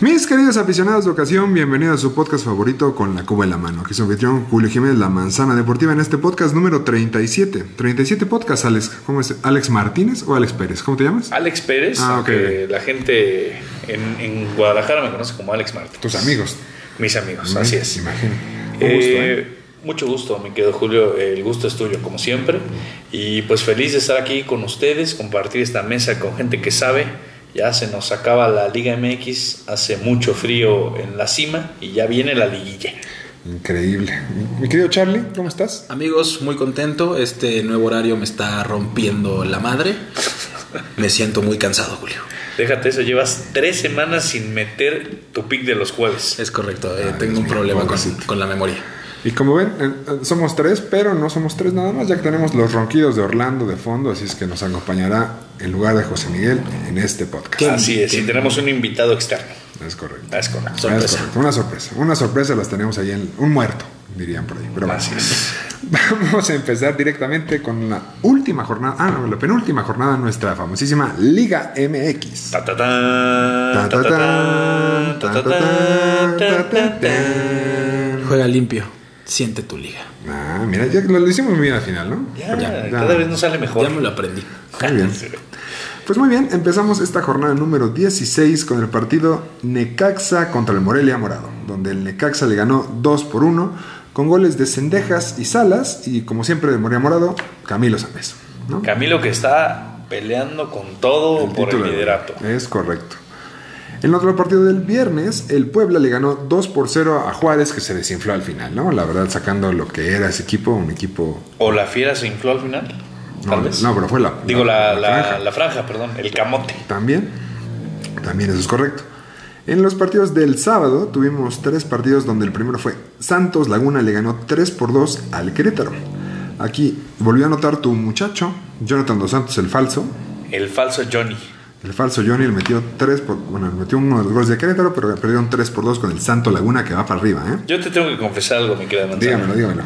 Mis queridos aficionados de ocasión, bienvenidos a su podcast favorito con la cuba en la mano. Aquí su anfitrión Julio Jiménez, La Manzana Deportiva, en este podcast número 37. 37 podcast, Alex. ¿Cómo es? ¿Alex Martínez o Alex Pérez? ¿Cómo te llamas? Alex Pérez, Ah, ok. aunque la gente en, en Guadalajara me conoce como Alex Martínez. Tus amigos. Mis amigos, así es. Imagino. Un gusto, Eh, ¿eh? Mucho gusto, mi querido Julio. El gusto es tuyo, como siempre. Y pues feliz de estar aquí con ustedes, compartir esta mesa con gente que sabe. Ya se nos acaba la Liga MX, hace mucho frío en la cima y ya viene la liguilla. Increíble. Mi querido Charlie, ¿cómo estás? Amigos, muy contento. Este nuevo horario me está rompiendo la madre. Me siento muy cansado, Julio. Déjate eso, llevas tres semanas sin meter tu pick de los jueves. Es correcto, eh, Ay, tengo un Dios mío, problema con, pobrecito. con la memoria. Y como ven, eh, eh, somos tres, pero no somos tres nada más, ya que tenemos los ronquidos de Orlando de fondo, así es que nos acompañará en lugar de José Miguel en este podcast. ¿Qué? Así es, y tenemos un invitado externo. Ah, Es correcto. Es correcto. Sorpresa. Es correcto, Una sorpresa. Una sorpresa las tenemos ahí en un muerto, dirían por ahí. Pero bueno. Así es. Vamos a empezar directamente con la última jornada, ah, no, la penúltima jornada de nuestra famosísima Liga MX. Ta, ta, tan, Ta, ta, ta, ta, tan, tan, ta, ta, ta, ta, tan, tan, ta, ta, ta, ta, tan. tan. Juega limpio, siente tu liga. Ah, mira, ya lo, lo hicimos muy bien al final, ¿no? Ya, Pero cada vez nos sale mejor. Ya me lo aprendí. Muy bien. Pues muy bien, empezamos esta jornada número 16 con el partido Necaxa contra el Morelia Morado, donde el Necaxa le ganó 2 por 1 con goles de Cendejas y Salas y como siempre de Morelia Morado, Camilo Sánchez. ¿no? Camilo que está peleando con todo El por el título Eh. de- liderato. Es correcto. En otro partido del viernes, el Puebla le ganó 2 por 0 a Juárez, que se desinfló al final, ¿no? La verdad, sacando lo que era ese equipo, un equipo... ¿O la fiera se infló al final? Tal No, vez. no, pero fue la... Digo, la, la- franja. la franja, perdón, el camote. También, también eso es correcto. En los partidos del sábado tuvimos tres partidos donde el primero fue Santos Laguna le ganó 3 por 2 al Querétaro. Aquí volvió a anotar tu muchacho, Jonathan Dos Santos, el falso. El falso Johnny. El falso Johnny le metió 3 por... Bueno, le metió uno de los goles de Querétaro, pero perdieron 3 por 2 con el Santo Laguna que va para arriba, ¿eh? Yo te tengo que confesar algo, mi querida manzana. Dígamelo, dígamelo.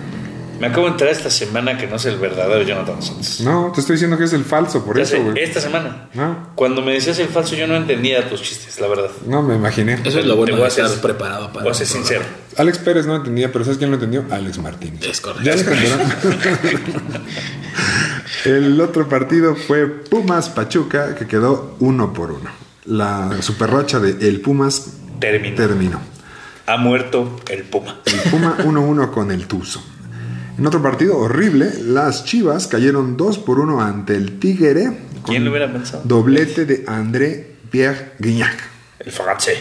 Me acabo de entrar esta semana que no es el verdadero Jonathan Santos. No, te estoy diciendo que es el falso, por Ya eso, sé, güey. esta semana. No, Cuando me decías el falso, yo no entendía tus chistes, la verdad. no me imaginé. Eso es lo Te bueno voy de a estar ser- preparado para. Voy a ser un sincero. programa. Alex Pérez no entendió, pero ¿sabes quién lo entendió? Alex Martínez. Es Ya correcto. le entenderán. El otro partido fue Pumas Pachuca, que quedó uno por uno. La superracha de el Pumas Termino. terminó. Ha muerto el Puma. El Puma 1-1 con el Tuzo. En otro partido horrible, las Chivas cayeron 2 por 1 ante el Tigre. con ¿Quién lo hubiera pensado? Doblete de André Pierre Guignac. El francés.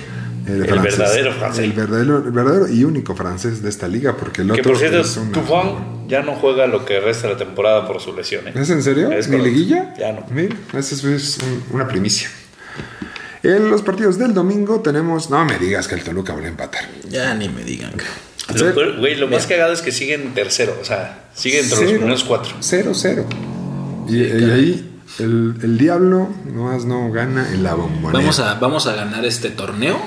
El, El, francés. verdadero francés. El verdadero, el verdadero y único francés de esta liga, porque el que otro por cierto, es una- Tufón ya no juega lo que resta de la temporada por su lesión. ¿eh? ¿Es en serio? Es ¿Ni correcto. liguilla? Ya no. Mira, esa es, es un- una primicia. En los partidos del domingo tenemos. No me digas que el Toluca volvió a empatar. Ya ni me digan. que- Lo, peor- güey, lo más cagado es que siguen tercero. O sea, sigue entre los Cero. primeros cuatro. 0-0. Y, y ahí el, el Diablo nomás no gana en la bombonera. Vamos a, vamos a ganar este torneo.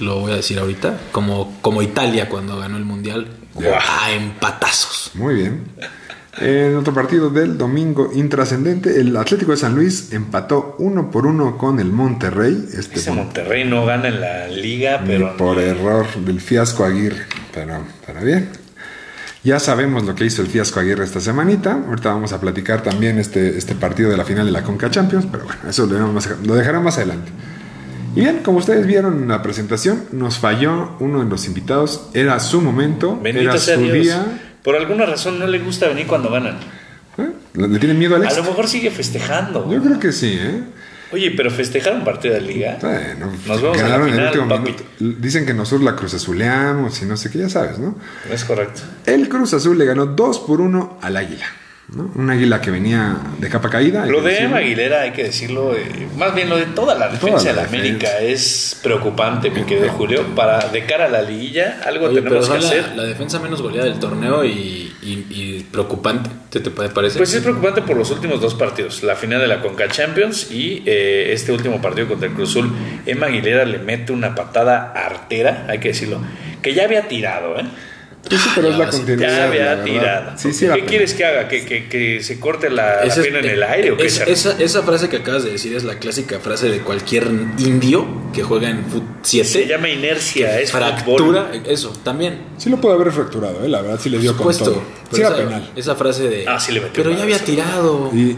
Lo voy a decir ahorita. Como, como Italia cuando ganó el mundial. Ah, Ya. A empatazos. Muy bien. En otro partido del domingo intrascendente, el Atlético de San Luis empató uno por uno con el Monterrey. Este Ese Mon- Monterrey no gana en la liga, Ni pero. por error del fiasco Aguirre. Pero, pero bien. Ya sabemos lo que hizo el fiasco Aguirre esta semanita. Ahorita vamos a platicar también este, este partido de la final de la Conca Champions. Pero bueno, eso lo, dejaremos más- lo dejaré más adelante. Y bien, como ustedes vieron en la presentación, nos falló uno de los invitados. Era su momento. Bendito era sea su Dios. día. Por alguna razón no le gusta venir cuando ganan. ¿Eh? ¿Le tienen miedo a A Alex? lo mejor sigue festejando. Yo creo que sí, ¿eh? Oye, pero festejar un partido de liga. Bueno, Nos vemos en la ganaron en el final, último papi. minuto. Dicen que nosotros la cruzazuleamos y no sé qué, ya sabes, ¿no? Es correcto. El Cruz Azul le ganó 2 por 1 al Águila. ¿no? Un águila que venía de capa caída. hay Lo que de decirlo. Emma Aguilera, hay que decirlo, eh, más bien lo de toda la defensa la de la defensa. América es preocupante, mi querido Julio. Para de cara a la liguilla, algo Oye, pero tenemos que ojalá hacer. la, defensa menos goleada del torneo y, y- y preocupante, ¿te, te parece? Pues es preocupante por los últimos dos partidos, la final de la Conca Champions y eh, este último partido contra el Cruz Azul. Emma Aguilera le mete una patada artera, hay que decirlo, que ya había tirado, ¿eh? Sí, sí, pero es la Ya, sí, continuidad. Ya la había verdad. tirado. Sí, sí, ¿Qué la- quieres que haga? ¿Que, que, que se corte la, la Esa es- pierna en el aire o qué? es- Charlie? esa, esa frase que acabas de decir es la clásica frase de cualquier indio que juega en Foot 7. se llama inercia, es fractura, fútbol. eso, también. Sí lo puede haber fracturado, ¿eh? la verdad, sí le dio Por supuesto. con todo. Sí pero era esa, penal. esa frase de. Ah, sí le metió pero ya mal, había sí. tirado. Y,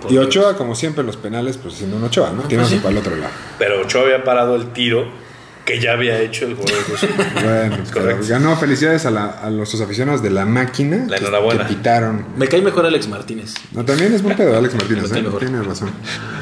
Por y Dios. Ah, Ochoa, como siempre, los penales, pues siendo un Ochoa, ¿no? Tiene sí. para el otro lado. Pero Ochoa había parado el tiro que ya había hecho el jugador. de Cruz Azul. Bueno, Es pero correcto. ganó. Felicidades a, la, a los aficionados de la máquina. La que- enhorabuena. Que pitaron. Me cae mejor Alex Martínez. No, también es buen pedo, Alex Martínez, Lo ¿eh? tengo. Tienes razón.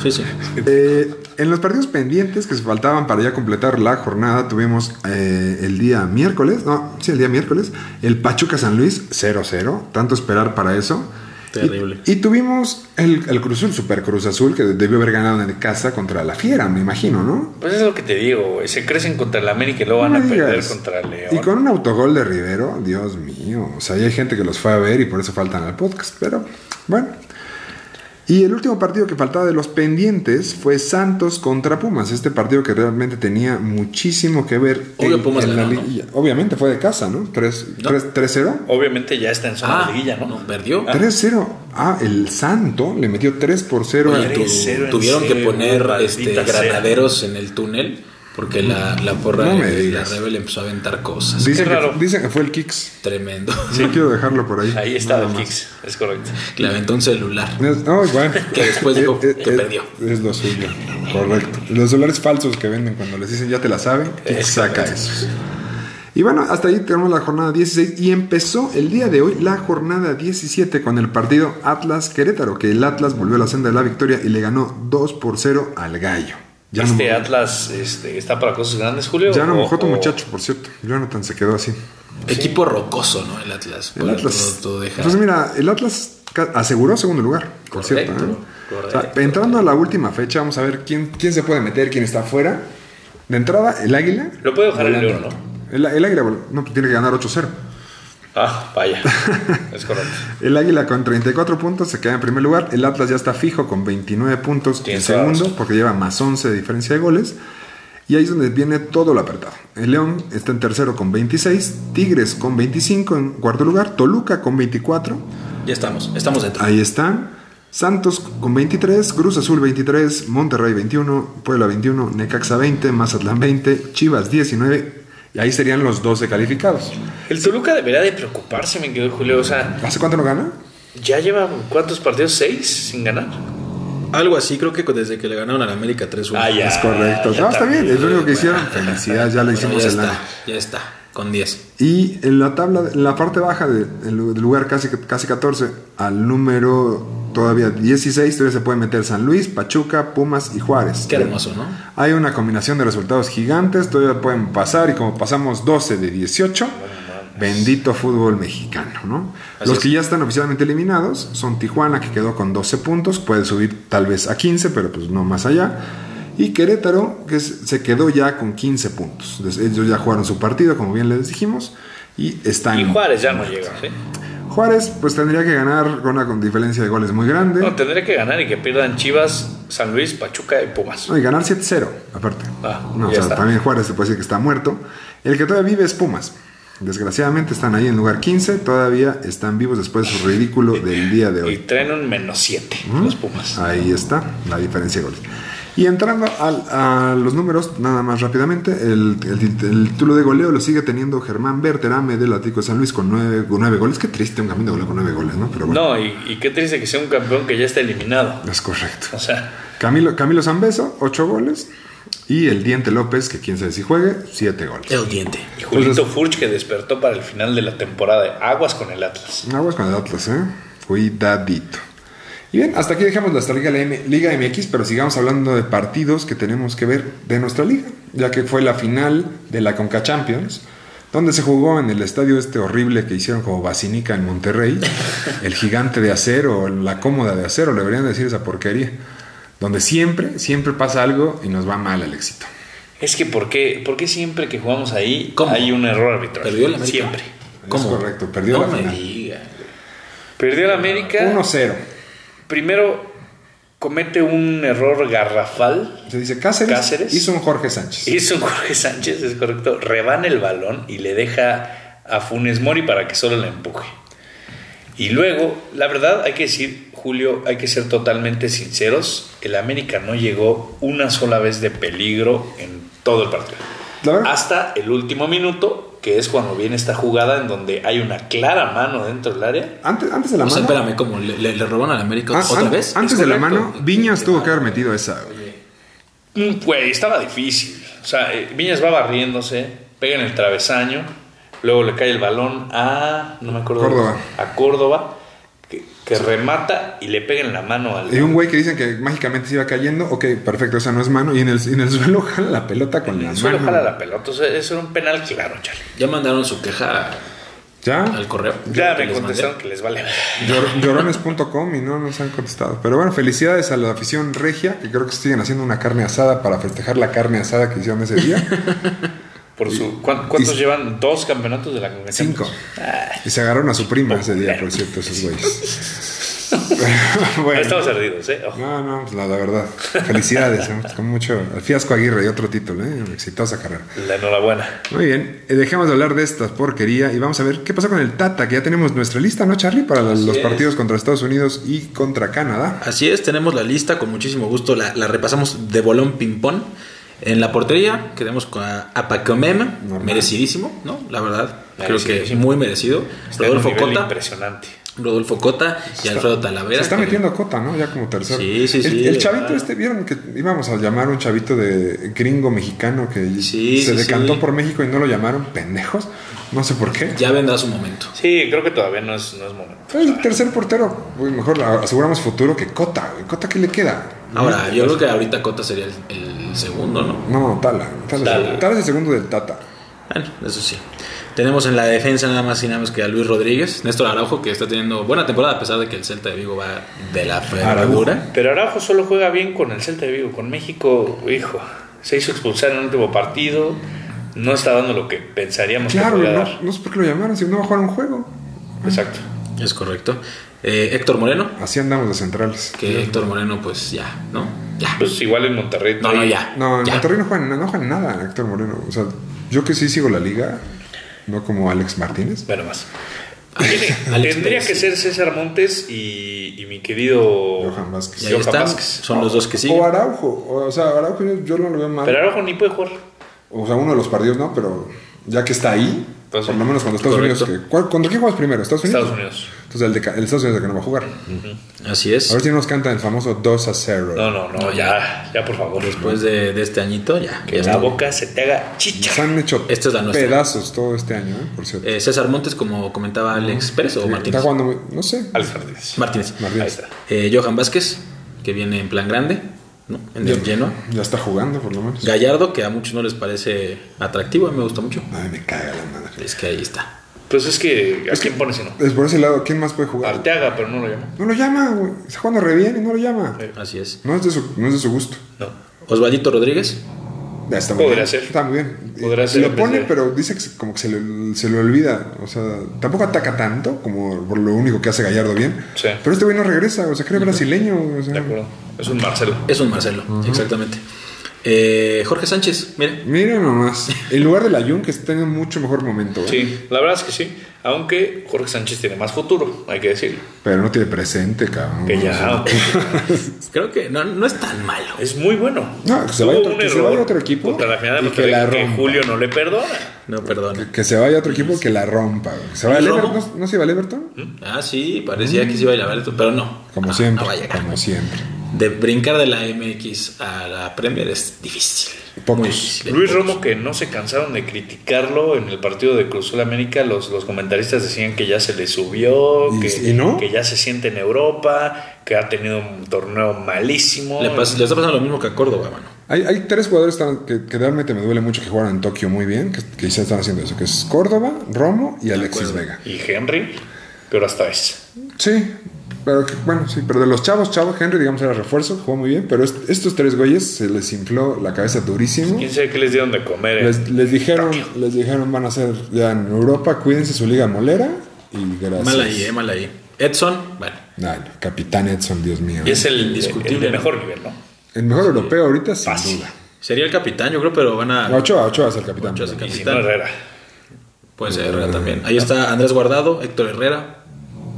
Sí, sí. Eh, en los partidos pendientes que se faltaban para ya completar la jornada, tuvimos eh, el día miércoles, no, sí, el día miércoles, el Pachuca San Luis 0-0, tanto esperar para eso. Terrible. Y, y tuvimos el, el Cruz Azul, Super Cruz Azul, que debió haber ganado en casa contra la Fiera, me imagino, ¿no? Pues es lo que te digo, güey. Se crecen contra el América y luego No van a me perder digas. contra León. Y con un autogol de Rivero, Dios mío. O sea, hay gente que los fue a ver y por eso faltan al podcast, pero bueno. Y el último partido que faltaba de los pendientes fue Santos contra Pumas. Este partido que realmente tenía muchísimo que ver Obvio Pumas ganó, ¿no? liguilla. Obviamente fue de casa, ¿no? Tres- No. tres- 3-0. Obviamente ya está en zona Ah, de liguilla, ¿no? perdió. 3-0. Ah, el Santo le metió 3 por 0 Oye, al tu- 3-0 en tuvieron que serio, poner este, maldita sea. granaderos en el túnel porque la, la porra No me de la digas. rebel empezó a aventar cosas. Dicen Qué que, raro. dicen que fue el Kicks. Tremendo. No quiero dejarlo por ahí. Ahí está Nada el más. Kicks, es correcto. Le aventó un celular. Es- no, bueno. Que después dijo Eh, eh, que eh, perdió. Es lo suyo, correcto. Los dólares falsos que venden cuando les dicen ya te la saben, ¿quién Es saca correcto. eso. Y bueno, hasta ahí tenemos la jornada 16 y empezó el día de hoy la jornada 17 con el partido Atlas Querétaro, que el Atlas volvió a la senda de la victoria y le ganó 2 por 0 al Gallo. Ya no, este mojó- Atlas este, está para cosas grandes, Julio. ya no o- mojó tu o- muchacho, por cierto. Jonathan se quedó así. Equipo rocoso, ¿no? El Atlas. El Por Atlas. todo- todo deja- Pues mira, el Atlas ca- aseguró segundo lugar, por Correcto, cierto. ¿eh? correcto. O sea, entrando a la última fecha, vamos a ver quién, quién se puede meter, quién está afuera. De entrada, el Águila. Lo puede dejar el León, Volando. ¿no? El, el Águila, vol- no, pues tiene que ganar 8-0. Ah, vaya. es correcto. El Águila con 34 puntos se queda en primer lugar. El Atlas ya está fijo con 29 puntos en Tienes toda la segundo, razón. porque lleva más 11 de diferencia de goles. Y ahí es donde viene todo lo apretado. El León está en tercero con 26, Tigres con 25 en cuarto lugar, Toluca con 24, Ya estamos, estamos dentro. Ahí están. Santos con 23, Cruz Azul 23, Monterrey 21, Puebla 21, Necaxa 20, Mazatlán 20, Chivas 19. Y ahí serían los 12 calificados. El Toluca debería de preocuparse, mi querido Julio. O sea, ¿Hace cuánto no gana? ya lleva cuántos partidos? ¿Seis sin ganar? Algo así, creo que desde que le ganaron al América 3-1. Ah, ya. es correcto. ya no, está bien, es lo único Bueno, que hicieron. Felicidades, ya le Bueno, hicimos ya el año. está, ya está, con 10. Y en la tabla, en la parte baja de- del lugar casi, casi 14 al número todavía 16, todavía se pueden meter San Luis, Pachuca, Pumas y Juárez. Qué hermoso, ¿no? Hay una combinación de resultados gigantes, todavía pueden pasar y como pasamos 12 de 18, bendito fútbol mexicano, ¿no? Así Los es. que ya están oficialmente eliminados son Tijuana que quedó con 12 puntos, puede subir tal vez a 15, pero pues no más allá. Y Querétaro que se se quedó ya con 15 puntos. Entonces, ellos ya jugaron su partido, como bien les dijimos, y están Y Juárez ya no llega, ¿sí? Juárez, pues tendría que ganar con una con diferencia de goles muy grande. No, tendría que ganar y que pierdan Chivas, San Luis, Pachuca y Pumas. No, y ganar 7-0, aparte. Ah, No, o ya sea, está. también Juárez se puede decir que está muerto. El que todavía vive es Pumas. Desgraciadamente están ahí en lugar 15, todavía están vivos después de su ridículo del día de Y hoy. traen un menos siete los Pumas. Ahí está la diferencia de goles. Y entrando al- a los números, nada más rápidamente, el, el- el título de goleo lo sigue teniendo Germán Berterame del Atlético de San Luis con 9, goles. Qué triste un campeón de goleo con 9 goles, ¿no? Pero bueno, No, y, y qué triste que sea un campeón que ya está eliminado. es correcto. O sea, Camilo, Camilo Zambeso, 8 goles. Y el Diente López, que quién sabe si juegue, 7 goles. El diente. y Julito Furch que despertó para el final de la temporada de Aguas con el Atlas. Aguas con el Atlas, ¿eh? Cuidadito. Y bien, hasta aquí dejamos nuestra Liga, LM Liga MX, pero sigamos hablando de partidos que tenemos que ver de nuestra liga, ya que fue la final de la Conca Champions. donde se jugó en el estadio este horrible que hicieron como Basinica en Monterrey, el gigante de acero, la cómoda de acero, le deberían decir esa porquería, donde siempre, siempre pasa algo y nos va mal el éxito. Es que ¿por qué, por qué siempre que jugamos ahí ¿Cómo? hay un error arbitral? Perdió el América. Siempre. Es correcto, perdió no la me final. digas. Perdió el América. 1-0. Primero comete un error garrafal. Se dice Cáceres, Cáceres. hizo un Jorge Sánchez. Hizo un Jorge Sánchez, es correcto. Rebana el balón y le deja a Funes Mori para que solo la empuje. Y luego, la verdad, hay que decir, Julio, hay que ser totalmente sinceros. El América no llegó una sola vez de peligro en todo el partido. La verdad. Hasta el último minuto, que es cuando viene esta jugada en donde hay una clara mano dentro del área. Antes, antes de la O sea, mano. espérame, ¿cómo? ¿Le, le, le robaron al América Ah, otra an- vez? Antes Es de la correcto. mano, Viñas tuvo que haber metido esa. güey. Mm, Güey, estaba difícil. O sea, eh, Viñas va barriéndose, pega en el travesaño, luego le cae el balón a. No me acuerdo. Córdoba. A Córdoba, que, que remata y le pega en la mano al. Y eh, un güey que dicen que mágicamente se iba cayendo. Ok, perfecto, esa no es mano. Y en el, en el suelo jala la pelota con la al suelo, mano. jala la pelota. O sea, eso era un penal claro, chale. Ya mandaron su queja ¿Ya? al correo. Ya que me les contestaron que les vale. Llor- Llorones.com y no nos han contestado. Pero bueno, felicidades a la afición regia, que creo que siguen haciendo una carne asada para festejar la carne asada que hicieron ese día. Por su, ¿cuán- ¿Cuántos y- llevan? ¿Dos campeonatos de la Concacaf? Cinco. Ah. Y se agarraron a su prima ese día, por cierto, esos güeyes. Bueno. Estamos perdidos, ¿eh? Ojo. No, no, pues la, la verdad. Felicidades, ¿no? con mucho. Al fiasco Aguirre y otro título, ¿eh? Exitosa carrera. La enhorabuena. Muy bien, eh, dejemos de hablar de estas porquería y vamos a ver qué pasó con el Tata, que ya tenemos nuestra lista, ¿no, Charlie? Para los, los es. partidos contra Estados Unidos y contra Canadá. Así es, tenemos la lista, con muchísimo gusto la, la repasamos de bolón ping-pong. En la portería quedamos con a- a Pacomem, Normal. merecidísimo, ¿no? La verdad, creo que Merecidísimo. muy merecido. Está en un Rodolfo nivel Cota, Impresionante. Rodolfo Cota y Alfredo Talavera. Se está que- metiendo cota, ¿no? Ya como tercero. Sí, sí, el, sí, El chavito claro. este, vieron que íbamos a llamar un chavito de gringo mexicano que Sí, se sí, decantó sí. por México y no lo llamaron pendejos. No sé por qué. Ya vendrá su momento. Sí, creo que todavía no es, no es momento. El tercer portero, güey, mejor aseguramos futuro que Cota. güey. ¿Cota qué le queda? Ahora, yo creo que ahorita Cota sería el, el segundo, ¿no? No, Tala. Tala, Es, el, Tala. Tala es el segundo del Tata. Bueno, eso sí. Tenemos en la defensa nada más y nada más que a Luis Rodríguez, Néstor Araujo, que está teniendo buena temporada a pesar de que el Celta de Vigo va de la ferradura. Pero Araujo solo juega bien con el Celta de Vigo. Con México, hijo, se hizo expulsar en el último partido. No está dando lo que pensaríamos Claro, que podía no, dar. no sé por qué lo llamaron, si no va a jugar un juego. Exacto. Es correcto. Eh, Héctor Moreno, Así andamos de centrales. que Héctor Moreno, pues ya, ¿no? Ya. Pues igual en Monterrey. No, no, ya. No, en ya. Monterrey no juegan, no juegan nada, Héctor Moreno. O sea, yo que sí sigo la liga, no como Alex Martínez. Bueno, más. Alex- Alex Tendría Pérez. que ser César Montes y, y mi querido Johan Vázquez. Y ahí Johan están, Vázquez. son los dos que O siguen. Araujo. O, o sea, Araujo yo, yo no lo veo mal. Pero Araujo ni puede jugar. o sea, uno de los partidos no, pero ya que está ahí, Pues sí. por lo menos cuando Estados Correcto. Unidos. que- ¿cuál- ¿Contra quién juegas primero? ¿Estados Unidos? Estados Unidos. Entonces el, de, Ca- el Estados Unidos es el que no va a jugar. Así A es. ver si nos canta el famoso 2 a 0. No, no, no, No, ya, ya por favor. Después de, de este añito, ya. que ya la estuvo. boca se te haga chicha. Se han hecho Esta es la nuestra. pedazos todo este año, ¿eh? por cierto. Eh, César Montes, como comentaba Alex Pérez o Sí, Está Martínez. jugando, muy- no sé. Alex Martínez. Martínez. Martínez. Ahí está. Eh, Johan Vázquez, que viene en plan grande, ¿no? En el lleno. Ya está jugando, por lo menos. Gallardo, que a muchos no les parece atractivo, a mí me gusta mucho. Ay, me caga la madre. Es que ahí está. Pues es que, ¿a quién pone si no? Es por ese lado, ¿quién más puede jugar? Arteaga, pero no lo llamo. No lo llama, güey. Está jugando re bien y no lo llama. Así es. No es de su, no es de su gusto. No. Osvaldito Rodríguez, Ya está muy Podría bien. ser. Está muy bien. Y- Podría y ser en Lo vez pone, de- pero dice que se- como que se le, se le olvida. O sea, tampoco ataca tanto como por lo único que hace Gallardo bien. Sí. Pero este güey no regresa. O sea, cree brasileño. güey, o sea. De acuerdo. Es un Marcelo. es un Marcelo, exactamente. Eh, Jorge Sánchez, mira. Mira nomás. En lugar del Ayun, que está en un mucho mejor momento. ¿eh? güey. Sí, la verdad es que sí. Aunque Jorge Sánchez tiene más futuro, hay que decirlo. Pero no tiene presente, cabrón. Que O sea, ya Creo que no, no es tan malo. es muy bueno. No, que se vaya otro- que se vaya otro equipo Contra la final de y que Monterrey la que rompa. Julio no le perdona. No, perdón. Que se vaya a otro equipo que la rompa. güey. ¿Se va al ¿Y Romo? Everton? ¿No, no se iba al Everton? Ah, sí, parecía que sí iba a ir a ver esto, pero no. Como No, siempre. No va a llegar. como siempre. De brincar de la MX a la Premier es difícil. Pocos. Muy difícil. Luis Romo, que no se cansaron de criticarlo en el partido de Cruz Azul América, los, los comentaristas decían que ya se le subió, ¿Y- que, y no? que ya se siente en Europa, que ha tenido un torneo malísimo. Le, pas- le está pasando lo mismo que a Córdoba, mano. Hay, hay tres jugadores tan- que, que realmente me duele mucho que jugaron en Tokio muy bien, que, que quizás están haciendo eso, que es Córdoba, Romo y Alexis acuerdo. Vega. Y Henry, pero hasta es. Sí, pero que- bueno, sí, pero de los chavos, chavos, Henry, digamos, era refuerzo, jugó muy bien, pero est- estos tres güeyes se les infló la cabeza durísimo. ¿Quién sabe qué les dieron de comer? eh? Les, les dijeron, les dijeron, van a ser ya en Europa, cuídense su liga molera y gracias. Mal ahí, eh, mal ahí. Edson, bueno. Nah, el capitán Edson, Dios mío. Y es el, Indiscutible, el de ¿no? mejor nivel, ¿no? El mejor europeo ahorita, sin Fácil. duda. Sería el capitán, yo creo, pero van a. Ochoa, Ochoa es el capitán. Ochoa es el perdón. Y si Capitán. no, Herrera. Puede ser Herrera también. Ahí está Andrés Guardado, Héctor Herrera.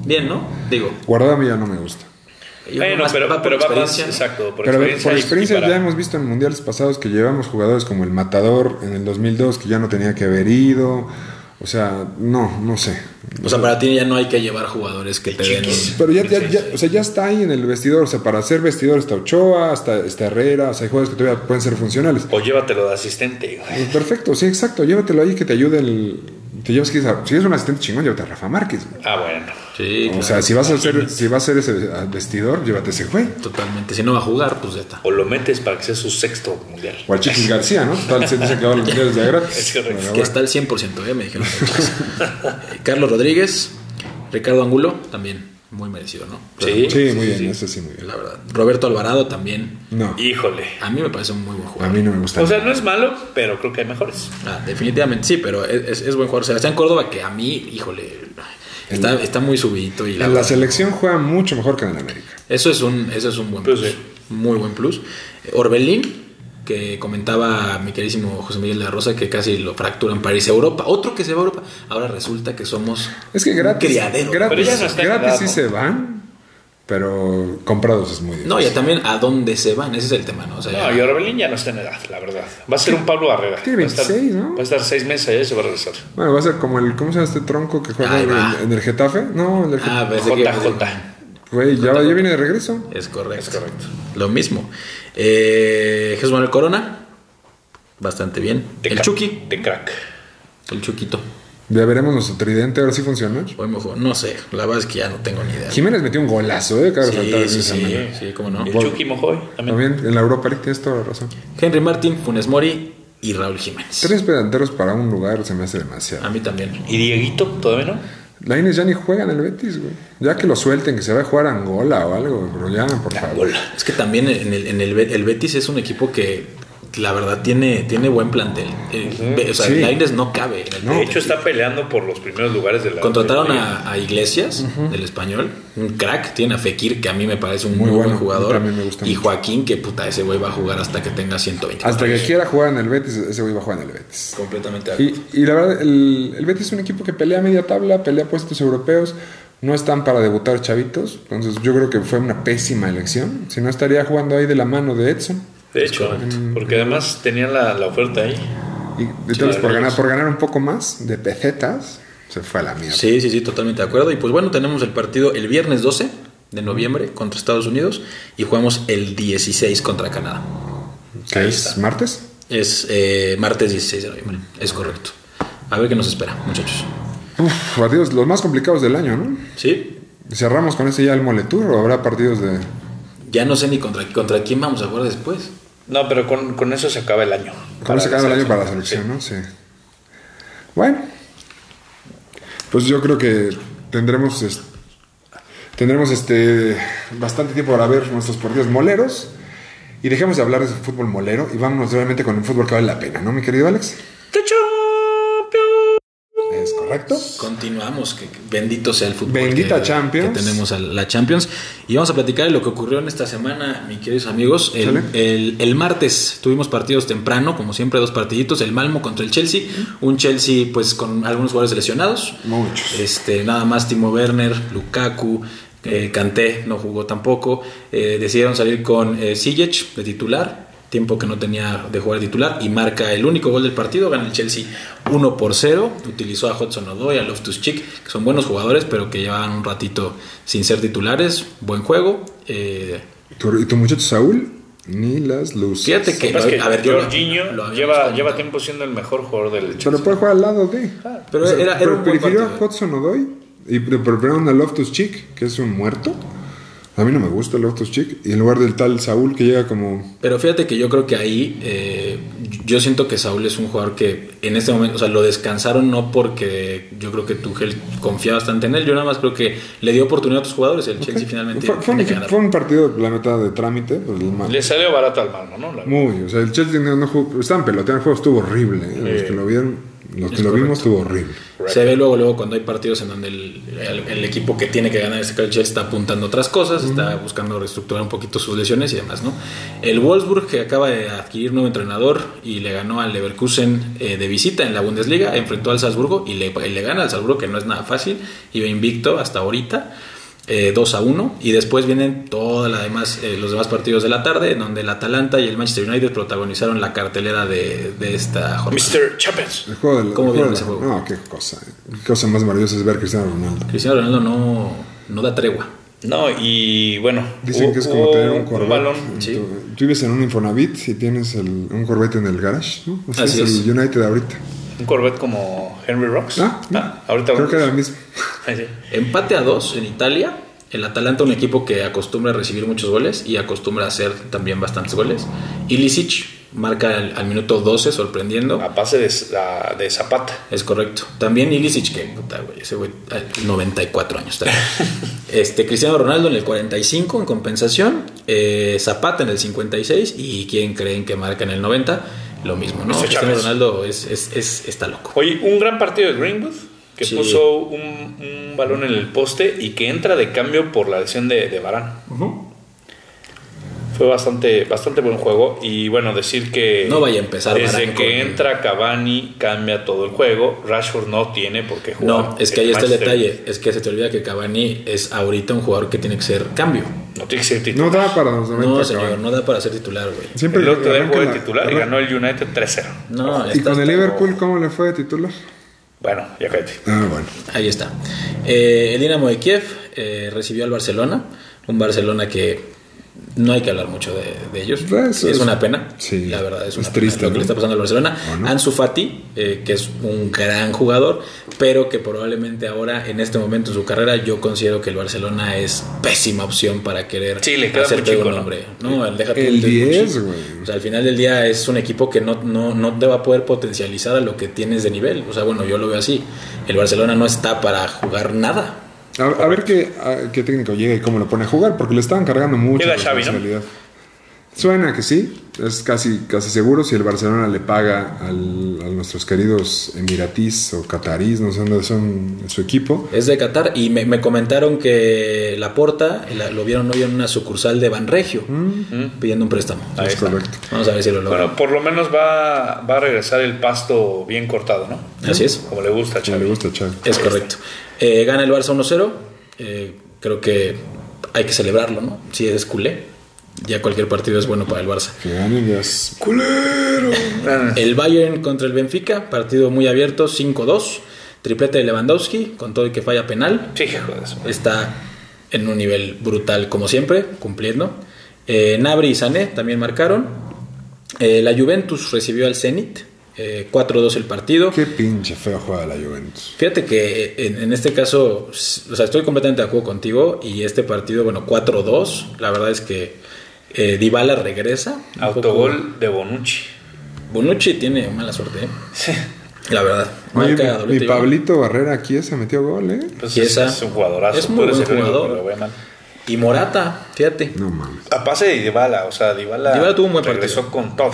Bien, ¿no? Digo. Guardado a mí ya no me gusta. yo creo Bueno, más- pero va por pero va más. experiencia, ¿no? Exacto, por Pero experiencia. por y- y experiencia para- ya hemos visto en mundiales pasados que llevamos jugadores como el Matador en el 2002 que ya no tenía que haber ido. O sea, no, no sé. O sea, para ti ya no hay que llevar jugadores que te den. Chiquis. Pero ya, ya, ya- o sea, ya está ahí en el vestidor. O sea, para ser vestidor está Ochoa, está, está Herrera. O sea, hay jugadores que todavía pueden ser funcionales. O llévatelo de asistente, güey. Pues perfecto, sí, exacto. Llévatelo ahí que te ayude el. Te llevas, que- si eres un asistente chingón, llévate a Rafa Márquez. güey. Ah, bueno. Sí, O claro, sea, si vas, a ser, si vas a ser ese vestidor, llévate ese güey. totalmente. Si no va a jugar, pues ya está. O lo metes para que sea su sexto mundial. O al Chiquis García, ¿no? Tal se dice que ahora los mundiales de gratis. Es correcto. Pero Es Que bueno. está al 100%, ¿eh? me dijeron. Eh, Carlos Rodríguez, Ricardo Angulo, también muy merecido, ¿no? Sí. Sí, muy bien, sí. ese sí, muy bien. La verdad. Roberto Alvarado también. No, Híjole. A mí me parece un muy buen a jugador. mí no me gusta. O sea, no es malo, pero creo que hay mejores. Ah, definitivamente sí, pero es, es- es buen jugador. Sebastián Córdoba, que a mí, híjole, está, está muy subidito. Y la en la verdad, selección juega mucho mejor que en el América. eso, es un, eso es un buen Plus, plus. Pues sí. Muy buen plus. Orbelín, que comentaba mi queridísimo José Miguel de la Rosa, que casi lo fracturan para irse a Europa. Otro que se va a Europa. Ahora resulta que somos Es que un gratis. criadero. Pero ya Gratis, no está gratis quedado. sí se van, pero comprados es muy difícil. No, ya también a dónde se van, ese es el tema, ¿no? O sea, No, ya- y Orbelín ya no está en edad, la verdad. Va a ser un Pablo Barrera. Tiene Va a estar- 26, ¿no? Va a estar seis meses allá y se va a regresar. Bueno, va a ser como el. ¿Cómo se llama este tronco que juega Ahí en, va. en el Getafe? No, en el Ah, Getafe. pensé que- pues, JJ. Güey, ya, ya viene de regreso. Es correcto. Es correcto. Lo mismo. Eh, Jesús Manuel Corona, bastante bien. De el crack, Chucky, De crack. el Chuquito. Ya veremos nuestro tridente, ahora sí funciona. Hoy mejor, no sé, la verdad es que ya no tengo ni idea. Jiménez metió un golazo, ¿eh? Cabe resaltar Sí, esa sí, sí, semana. sí, cómo no. El Gol. Chucky Mojoy también. También en la Europa League tienes toda la razón. Henry Martín, Funes Mori y Raúl Jiménez. Tres delanteros para un lugar se me hace A demasiado. mí también. ¿Y Dieguito todavía no? La Inés ya ni juega en el Betis, güey. Ya que lo suelten, que se va a jugar a Angola o algo, pero ya, por favor. Es que también en el, en el, Bet- el Betis es un equipo que la verdad tiene, tiene buen plantel. El- O sea, Sí. Lainez no cabe en el No. De Betis. hecho, está peleando por los primeros lugares de la. Contrataron de la liga. a, a Iglesias, del español, un crack. Tiene a Fekir, que a mí me parece un Muy muy, bueno, buen jugador. también me gusta y mucho. Joaquín, que puta, ese güey va a jugar hasta que tenga 120. Hasta que quiera jugar en el Betis, ese güey va a jugar en el Betis. Completamente. de acuerdo. Y, y la verdad, el, el Betis es un equipo que pelea media tabla, pelea puestos europeos, no están para debutar chavitos, entonces yo creo que fue una pésima elección, si no estaría jugando ahí de la mano de Edson. De hecho, porque además tenían la, la oferta ahí. Y Sí, entonces por la ganar, verdad. por ganar un poco más de pesetas, se fue a la mierda. Sí, sí, sí, totalmente de acuerdo. Y pues bueno, tenemos el partido el viernes 12 de noviembre contra Estados Unidos y jugamos el 16 contra Canadá. ¿Qué ahí es? está. ¿Martes? Es eh, martes 16 de noviembre, es correcto. A ver qué nos espera, muchachos. Uf, partidos los más complicados del año, ¿no? ¿Sí? ¿Cerramos con ese ya el moletur o habrá partidos de...? Ya no sé ni contra, contra quién vamos a jugar después. No, pero con, con eso se acaba el año. ¿Cómo se acaba el año para la selección, no? Sí. Bueno. Pues yo creo que tendremos... es- tendremos este... Bastante tiempo para ver nuestros partidos moleros. Y dejemos de hablar de fútbol molero y vámonos realmente con el fútbol que vale la pena, ¿no, mi querido Alex? Es correcto. Continuamos, que que bendito sea el fútbol. Bendita que- Champions. Que tenemos a la Champions. Y vamos a platicar de lo que ocurrió en esta semana, mis queridos amigos. El, Sale. el- el martes tuvimos partidos temprano, como siempre, dos partiditos. El Malmo contra el Chelsea. Un Chelsea, pues, con algunos jugadores lesionados. Muchos. Este, nada más Timo Werner, Lukaku, eh, Kanté no jugó tampoco. Eh, decidieron salir con eh, Ziyech de titular, tiempo que no tenía de jugar de titular, y marca el único gol del partido. Gana el Chelsea 1 por 0. Utilizó a Hudson Odoi, a Loftus Cheek, que son buenos jugadores, pero que llevaban un ratito sin ser titulares. Buen juego. Eh, Tu- y tu muchacho Saúl, ni las luces. fíjate que. Capaz lo- que a ver, yo lo- Jorginho lo habíamos lleva, comentado. lleva tiempo siendo el mejor jugador del Pero Chelsea. puede jugar al lado de. Pero era, era pero un buen prefirió a partido. Hudson Odoi y pre- prefirieron a Loftus Cheek, que es un muerto, A mí no me gusta el Loftus Chick. Y en lugar del tal Saúl que llega como. Pero fíjate que yo creo que ahí, eh, yo siento que Saúl es un jugador que en este momento, o sea, lo descansaron no porque yo creo que Tuchel confía bastante en él, yo nada más creo que le dio oportunidad a otros jugadores, el Chelsea finalmente Fue, fue un, tiene que equipo- ganar. fue un partido, la neta, de trámite. pues, el mal- Le salió barato al Malmo, ¿no? La- Muy, o sea, el Chelsea no, no jugó. Estaban peloteando el juego, estuvo horrible. ¿eh? Los Eh, que lo vieron, los que es lo vimos, correcto. estuvo horrible. Se ve luego, luego cuando hay partidos en donde el, el- el equipo que tiene que ganar este Chelsea está apuntando a otras cosas, está buscando reestructurar un poquito sus lesiones y demás, ¿no? El Wolfsburg que acaba de adquirir nuevo entrenador y le ganó al Leverkusen eh, de visita en la Bundesliga, enfrentó al Salzburgo y le, y le gana al Salzburgo, que no es nada fácil, iba invicto hasta ahorita. eh, 2 a 1 y después vienen todos demás, eh, los demás partidos de la tarde en donde el Atalanta y el Manchester United protagonizaron la cartelera de, de esta jornada. Mr. Chapez. El juego del. ¿Cómo el juego vieron ese del- juego? No, qué cosa. eh. Qué cosa más maravillosa es ver a Cristiano Ronaldo. Cristiano Ronaldo no, no da tregua. No, y bueno. Dicen hubo- que es como hubo tener un un Corvette. balón. en sí. tu- Tú vives en un Infonavit y tienes el- un Corvette en el garage, ¿no? Así, Así es, es. el United ahorita. Un Corvette como Henry Rocks. Ah, ahorita Creo que era el hablamos. mismo. Ay, sí. Empate a dos en Italia. El Atalanta, un equipo que acostumbra a recibir muchos goles y acostumbra a hacer también bastantes goles. Y Lisic marca al, al minuto 12, sorprendiendo. A pase de, a- de Zapata. Es correcto. También Ilicic, que puta, güey, ese güey, ay, 94 años. está bien. este, Cristiano Ronaldo en el 45 en compensación, eh, Zapata en el 56 y quien creen que marca en el 90, lo mismo, ¿no? Mr. Cristiano Chávez. Ronaldo es, es- es- está loco. Oye, un gran partido de Greenwood que Sí. puso un, un balón en el poste y que entra de cambio por la lesión de, de Varane. Fue bastante, bastante buen juego. Y bueno, decir que. No vaya a empezar Desde Varane que con- entra Cavani, cambia todo el juego. Rashford no tiene por qué jugar. No, es que ahí está el Manchester detalle. Es que se te olvida que Cavani es ahorita un jugador que tiene que ser cambio. No tiene que ser titular. No da para los 90. No, señor, cabrón. no da para ser titular, güey. Siempre el otro día arranca jugó de la- titular y arranca- ganó el United 3-0. No, ¿Y está- con el está- Liverpool cómo le fue de titular? Bueno, ya cállate. Ah, bueno. Ahí está. Eh, el Dinamo de Kiev eh, recibió al Barcelona. Un Barcelona que no hay que hablar mucho de, de ellos. Eso es es- una pena. sí, la verdad es, es una pena triste, lo que ¿no? le está pasando al Barcelona. ¿O no? Ansu Fati, eh, que es un gran jugador, pero que probablemente ahora, en este momento de su carrera, yo considero que el Barcelona es pésima opción para querer Sí, le queda muy hacerte chico, un ¿no? nombre. No, deja tú El de Gucci. 10, güey. O sea, al final del día es un equipo que no, no, no te va a poder potencializar a lo que tienes de nivel. O sea, bueno, yo lo veo así. El Barcelona no está para jugar nada. A, a ver qué, a- qué técnico llega y cómo lo pone a jugar, porque le estaban cargando mucho Llega Xavi, ¿no? responsabilidad. Suena que sí, es casi, casi seguro si el Barcelona le paga al- a nuestros queridos Emiratis o Catarís, no sé dónde son su equipo. Es de Qatar y me, me comentaron que Laporta la- lo vieron hoy en una sucursal de Banregio Mm. pidiendo un préstamo. Ahí es está. correcto. Vamos a ver si lo logran. Bueno, por lo menos va, va a regresar el pasto bien cortado, ¿no? Así es. Como le gusta a Como Xavi. le gusta a Xavi. Es correcto. Eh, gana el Barça 1-0. Eh, creo que hay que celebrarlo, ¿no? Si es culé, ya cualquier partido es bueno para el Barça. Que ganen ya es culero. Ah, El Bayern contra el Benfica, partido muy abierto, 5-2. Triplete de Lewandowski, con todo y que falla penal. Sí, hijo de su- Está en un nivel brutal como siempre, cumpliendo. Eh, Nabri y Sané también marcaron. Eh, la Juventus recibió al Zenit, eh, 4-2 el partido. Qué pinche feo juega la Juventus. Fíjate que en, en este caso, s- o sea, estoy completamente de acuerdo contigo y este partido, bueno, 4-2, la verdad es que eh, Dybala regresa. un poco. Autogol de Bonucci. Bonucci tiene mala suerte, ¿eh? la verdad. Oye, Marca mi- mi, doblete y gol. Pablito Barrera aquí se metió gol, ¿eh? Pues Y es, esa- es un jugadorazo. es muy Tú eres buen el único jugador. que lo ve mal. Y Morata, fíjate. No mames. A pase de Dybala, o sea, Dybala, Dybala tuvo un buen regresó con todo.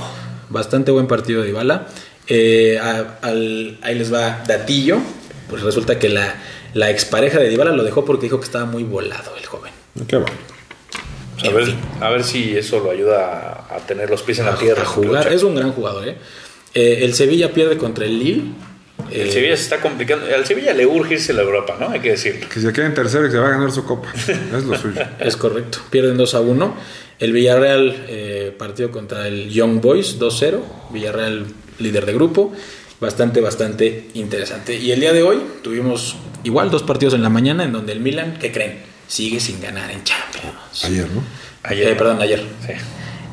Bastante buen partido de Dybala. Eh, a- al- ahí les va Datillo. Pues resulta que la, la expareja de Dybala lo dejó porque dijo que estaba muy volado el joven. Qué bueno. O sea, a, ver, a ver si eso lo ayuda a, a tener los pies en la tierra. A jugar. Es un gran jugador, ¿eh? Eh, el Sevilla pierde contra el Lille. El Eh, Sevilla se está complicando. Al Sevilla le urge irse a la Europa, ¿no? Hay que decirlo. Que se quede en tercero y se va a ganar su copa. Es lo suyo. Es correcto. Pierden 2 a 1. El Villarreal eh, partido contra el Young Boys 2-0. Villarreal líder de grupo. Bastante, bastante interesante. Y el día de hoy tuvimos igual dos partidos en la mañana en donde el Milan, ¿qué creen? Sigue sin ganar en Champions. Ayer, ¿no? Ayer. Eh, perdón, ayer. Sí.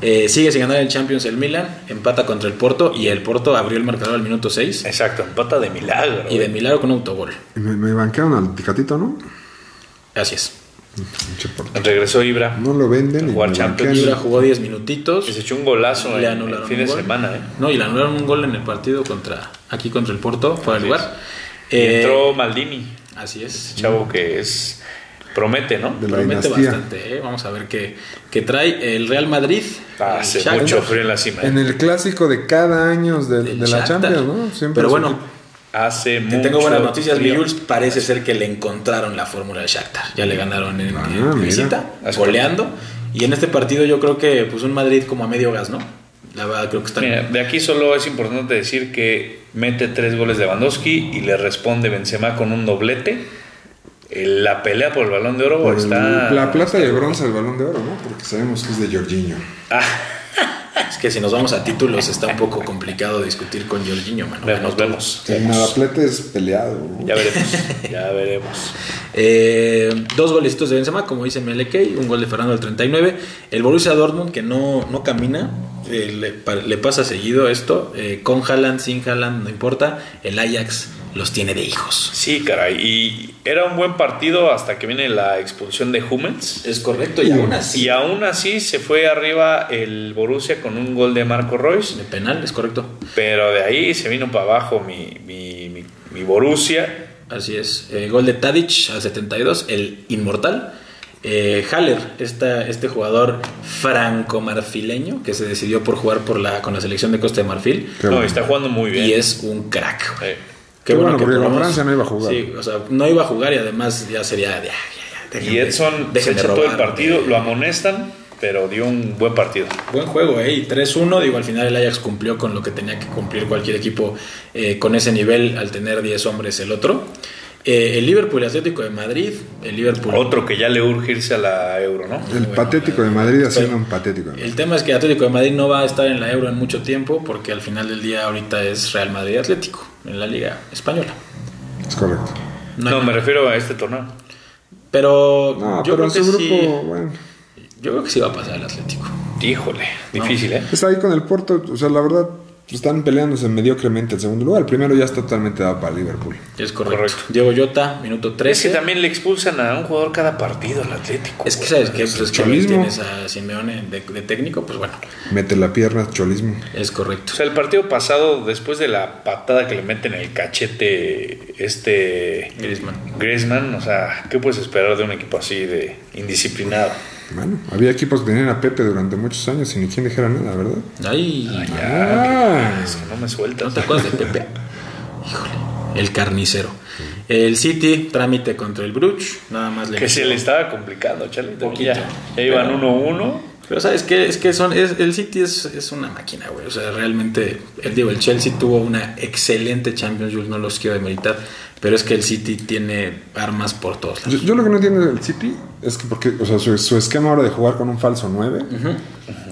Eh, sigue sin ganar en Champions el Milan. Empata contra el Porto y el Porto abrió el marcador al minuto 6. Exacto, empata de milagro. Y de milagro con autogol. Me, me banquearon al Ticatito, ¿no? Así es. Pinche portero. Regresó Ibra. No lo venden. y Jugar me Champions. banquean. Ibra jugó 10 minutitos. Y se echó un golazo Le en anularon el fin un de gol. semana, ¿eh? No, y le anularon un gol en el partido contra aquí contra el Porto, fuera Así de lugar. Y Eh, entró Maldini, Así es. chavo que es. Promete, ¿no? De la Promete dinastía. bastante. eh. Vamos a ver qué, qué trae el Real Madrid. Hace el Shakhtar. mucho frío en la cima. ¿eh? En el clásico de cada año de, El de la Shakhtar. Champions, ¿no? Siempre Pero es bueno, pues un equipo- Hace te mucho tengo buenas noticias. Mi frío. Jules parece ser que le encontraron la fórmula al Shakhtar. Ya le ganaron en, Ah, en mira. visita, goleando. Y en este partido yo creo que pues un Madrid como a medio gas, ¿no? La verdad creo que están... Mira, de aquí solo es importante decir que mete tres goles de Lewandowski y le responde Benzema con un doblete. Eh, La pelea por el balón de oro por el- está. la plata y el bronce al balón de oro, ¿no? Porque sabemos que es de Jorginho. Ah, Es que si nos vamos a títulos está un poco complicado discutir con Jorginho, mano. vemos, Bueno, vemos. El nadaplete es peleado. ¿no? Ya veremos, ya veremos. Eh, dos golecitos de Benzema, como dice Melekey, un gol de Fernando al 39. El Borussia Dortmund, que no, no camina, eh, le, pa- le pasa seguido esto. eh, con Haaland, sin Haaland, no importa. El Ajax los tiene de hijos. Sí, caray. Y era un buen partido hasta que viene la expulsión de Hummels. Es correcto, y aún Y aún así se fue arriba el Borussia con un gol de Marco Royce. De penal, es correcto. Pero de ahí se vino para abajo mi, mi, mi, mi Borussia. Así es. Eh, gol de Tadic al 72, el inmortal. Eh, Haller, esta, este jugador franco-marfileño que se decidió por jugar por la, con la selección de Costa de Marfil. Qué no, bueno. está jugando muy bien. Y es un crack. güey. Eh, Qué bueno, porque con podamos- Francia no iba a jugar. Sí, o sea, no iba a jugar y además ya sería. ya, ya, ya, déjenme- Y Edson se déjenme echa todo el robar, partido, eh. lo amonestan, pero dio un buen partido. Buen juego, ¿eh? Y 3-1, digo, al final el Ajax cumplió con lo que tenía que cumplir cualquier equipo eh, con ese nivel al tener 10 hombres el otro. Eh, el Liverpool Atlético de Madrid, el Liverpool... Otro que ya le urge irse a la Euro, ¿no? El Bueno, patético de Madrid haciendo un patético. de El tema es que Atlético de Madrid no va a estar en la Euro en mucho tiempo porque al final del día ahorita es Real Madrid Atlético en la Liga Española. Madrid. Es correcto. No No, hay- me refiero a este torneo. Pero No, yo pero creo en que su grupo, sí... bueno. Yo creo que sí va a pasar el Atlético. Híjole, difícil, ¿eh? Está ahí con el Porto, o sea, la verdad, están peleándose mediocremente el segundo lugar. El primero ya está totalmente dado para Liverpool. Es correcto. Correcto. Diego Llota, minuto 13. Es que también le expulsan a un jugador cada partido al Atlético. Es que, güey. sabes que, pues, es que cholismo. tienes a Simeone de, de técnico, pues bueno, Mete la pierna, cholismo. es O correcto. sea, el partido pasado, después de la patada que le meten en el cachete este Griezmann. Griezmann, o sea, ¿qué puedes esperar de un equipo así de indisciplinado? Bueno, había equipos que tenían a Pepe durante muchos años y ni quien dijera nada, ¿verdad? Ay, Ya, Ah. es que no me ¿no sueltas. te acuerdas de Pepe? Híjole, el carnicero. El City, trámite contra el Bruch, nada más le Que se le estaba complicando, Charlie. también Poquito. Ya, ya iban 1-1. Pero- Pero sabes que es que son es- el City es, es una máquina, güey. O sea, realmente el digo, el Chelsea tuvo una excelente Champions League, no los quiero demeritar, pero es que el City tiene armas por todos lados. Yo, yo lo que no entiendo del City es que porque, o sea, su, su esquema ahora de jugar con un falso 9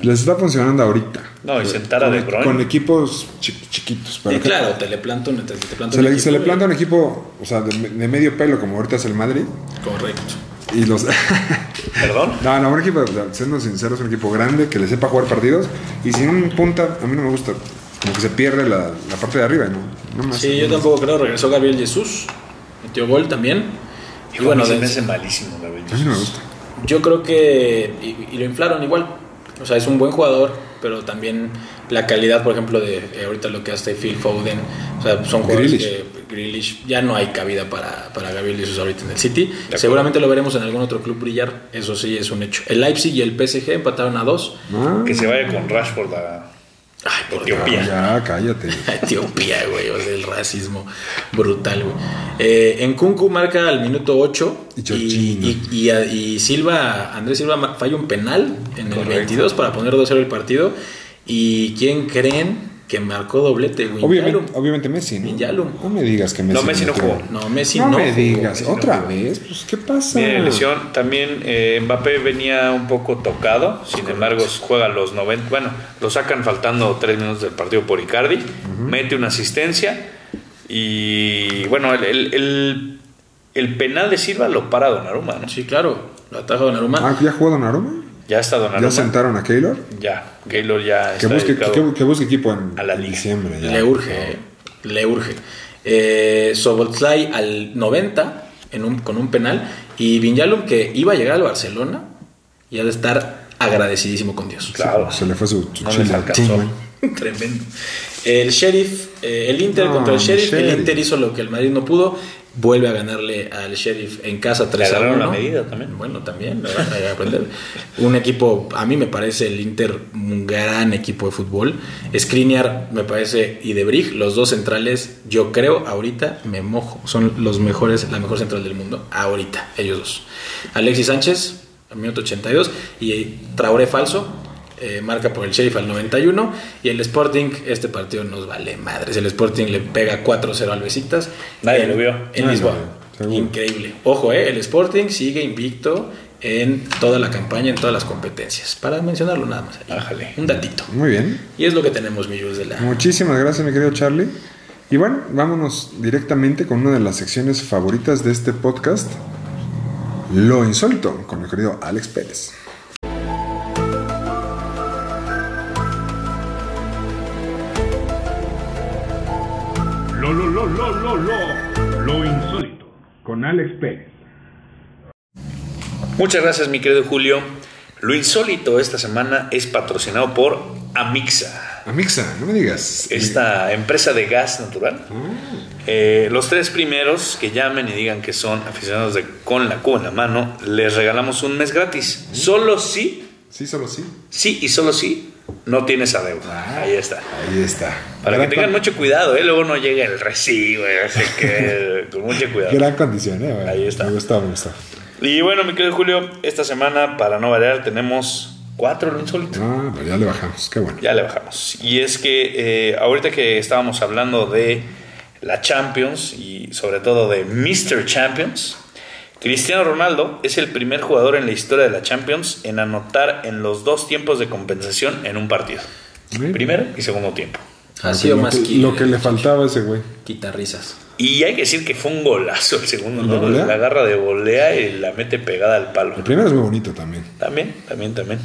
les está funcionando ahorita. No, y sentar a Con- De Bruyne. Con equipos chi- chiquitos. pero Y que- claro, te le planta un, te, te planta Se un le, equipo, se le güey. planta un equipo, o sea, de, de medio pelo, como ahorita es el Madrid, Correcto. y los... Perdón. No, no, un equipo, o sea, siendo sinceros, un equipo grande que le sepa jugar partidos. Y sin un punta, a mí no me gusta. Como que se pierde la, la parte de arriba, ¿no? No más. Sí, yo tampoco creo. Regresó Gabriel Jesús. Metió gol también. Y Hijo, a mí bueno, se de- me hace malísimo, Gabriel A mí no me Jesus. gusta. yo creo que. Y, y lo inflaron igual. O sea, es un buen jugador, pero también la calidad, por ejemplo, de eh, ahorita lo que hace Phil Foden. O sea, son jugadores Grealish. que. Grealish, ya no hay cabida para, para Gabriel Jesus ahorita en el City. acuerdo. Seguramente lo veremos en algún otro club brillar. Eso sí, es un hecho. El Leipzig y el PSG empataron a dos. No, Que se vaya con Rashford a Ay, por Dios. Etiopía. ya, cállate. Etiopía, güey, o sea, el racismo brutal, güey. Eh, en Kunku marca al minuto 8 Y y, Jorginho. y- y a- y Silva, Andrés Silva ma- falla un penal en el Correcto. 22 para poner 2-0 el partido. ¿Y quién creen que marcó doblete, güey? Obviamente, Wijnaldum. obviamente Messi, ¿no? Minyalum. No me digas que Messi. No, Messi no metió. jugó. No, Messi no, no. me jugó, digas, Messi no otra jugó. vez, pues, ¿qué pasa? Viene de lesión. También eh, Mbappé venía un poco tocado. Sin embargo, juega los 90. Bueno, lo sacan faltando 3 minutos del partido por Icardi. Mete una asistencia. Y bueno, el, el, el- el penal de Silva lo para Donnarumma, ¿no? Sí, claro, lo ataja Donnarumma. Ah, ¿ya jugó Donnarumma? Ya está Donnarumma. ¿Ya sentaron a Keylor? Ya, Gaylor ya Que está busque, dedicado. que, que busque equipo en, A la en liga. diciembre. ya. Le urge, eh, le urge. Eh, Sobotlai al 90 en un, con un penal. Y Vinjalum, que iba a llegar al Barcelona, y ha de estar agradecidísimo con Dios. Claro. Se le fue su, su No chile les al alcanzó. team, Tremendo. El Sheriff, eh, el Inter No, contra el mi sheriff, Sheriff. El Inter hizo lo que el Madrid no pudo. Vuelve a ganarle al Sheriff en casa 3 a agarraron 1. la medida también. Bueno, también. la verdad, hay que aprender. Un equipo, a mí me parece el Inter un gran equipo de fútbol. Skriniar me parece y Debrich, los dos centrales, yo creo, ahorita me mojo. Son los mejores, la mejor central del mundo. Ahorita, ellos dos. Alexis Sánchez, al minuto 82. Y Traoré falso, eh, marca por el Sheriff al 91 y el Sporting, este partido nos vale madres. El Sporting le pega 4-0 al Besitas. Nadie en, lo vio. Nadie En lo Lisboa. vio, seguro. Increíble. Ojo, eh, el Sporting sigue invicto en toda la campaña, en todas las competencias. Para mencionarlo nada más. ahí. Ájale. Un datito. Muy bien. Y es lo que tenemos, mi Jules, de la... Muchísimas gracias, mi querido Charlie. Y bueno, vámonos directamente con una de las secciones favoritas de este podcast, Lo Insólito, con mi querido Alex Pérez. Lo, lo, lo, lo, lo, lo, lo insólito. Con Alex Pérez. Muchas gracias, mi querido Julio. Lo insólito esta semana es patrocinado por Amixa, Amixa, no me digas. esta empresa de gas natural. Mm. Eh, los tres primeros que llamen y digan que son aficionados de con la Q en la mano, les regalamos un mes gratis. Mm. Solo si, Sí, solo sí. sí y solo si no tienes adeudo. Ahí está. Ahí está. Para Ah. Gran que tengan con- mucho cuidado, ¿eh? luego no llega el recibo, así que con mucho cuidado. Gran condición, eh. Ahí está. Me gustó, me gustó. Y bueno, mi querido Julio, esta semana, para no variar, tenemos cuatro lo insólito. Ah, pero ya le bajamos, qué bueno. Ya le bajamos. Y es que eh, ahorita que estábamos hablando de la Champions y sobre todo de Mr. Champions, Cristiano Ronaldo es el primer jugador en la historia de la Champions en anotar en los dos tiempos de compensación en un partido. Bien. Primero y segundo tiempo. Ha Lo sido que- Ah, lo más que- que, Lo que le faltaba a ese güey. quita risas. Y hay que decir que fue un golazo el segundo, ¿De ¿no? volea? La agarra de volea y la mete pegada al palo. El primero es muy bonito también. También, también, también.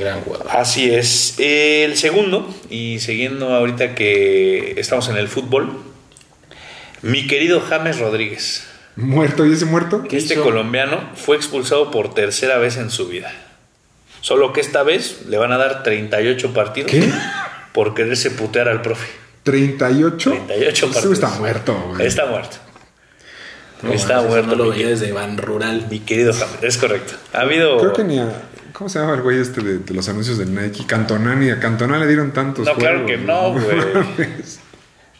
Gran jugador. Así es. El segundo, y siguiendo ahorita que estamos en el fútbol, mi querido James Rodríguez, Muerto, ¿y ese muerto? que este hizo? colombiano fue expulsado por tercera vez en su vida. Solo que esta vez le van a dar 38 partidos ¿Qué? por quererse putear al profe. 38. 38 Ese güey partidos. está Pues, muerto, güey. Está muerto. No, está antes muerto. No lo mi veía que- desde Van Rural. mi querido James, es correcto. Ha habido. Creo que ni a. ¿Cómo se llama el güey este de, de los anuncios de Nike? Cantona, ni a Cantona le dieron tantos. No, claro juegos, que no, güey. mames.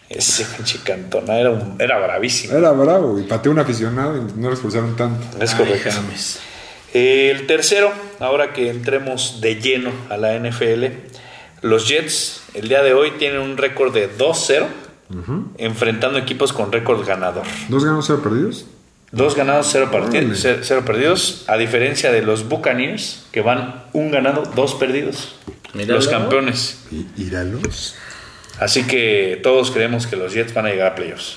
Ese pinche Cantona era, un- era bravísimo. Era bravo y pateó un aficionado y no lo expulsaron tanto. Es Ay, correcto. James. El tercero, ahora que entremos de lleno a la NFL, los Jets el día de hoy tienen un récord de 2-0, enfrentando equipos con récord ganador. ¿Dos ganados, cero perdidos? Dos ganados, cero, parti- Órale. ce- cero perdidos, a diferencia de los Buccaneers, que van un ganado, dos perdidos. Míralo. Los campeones. ¿Y íralos? Así que todos creemos que los Jets van a llegar a playoffs.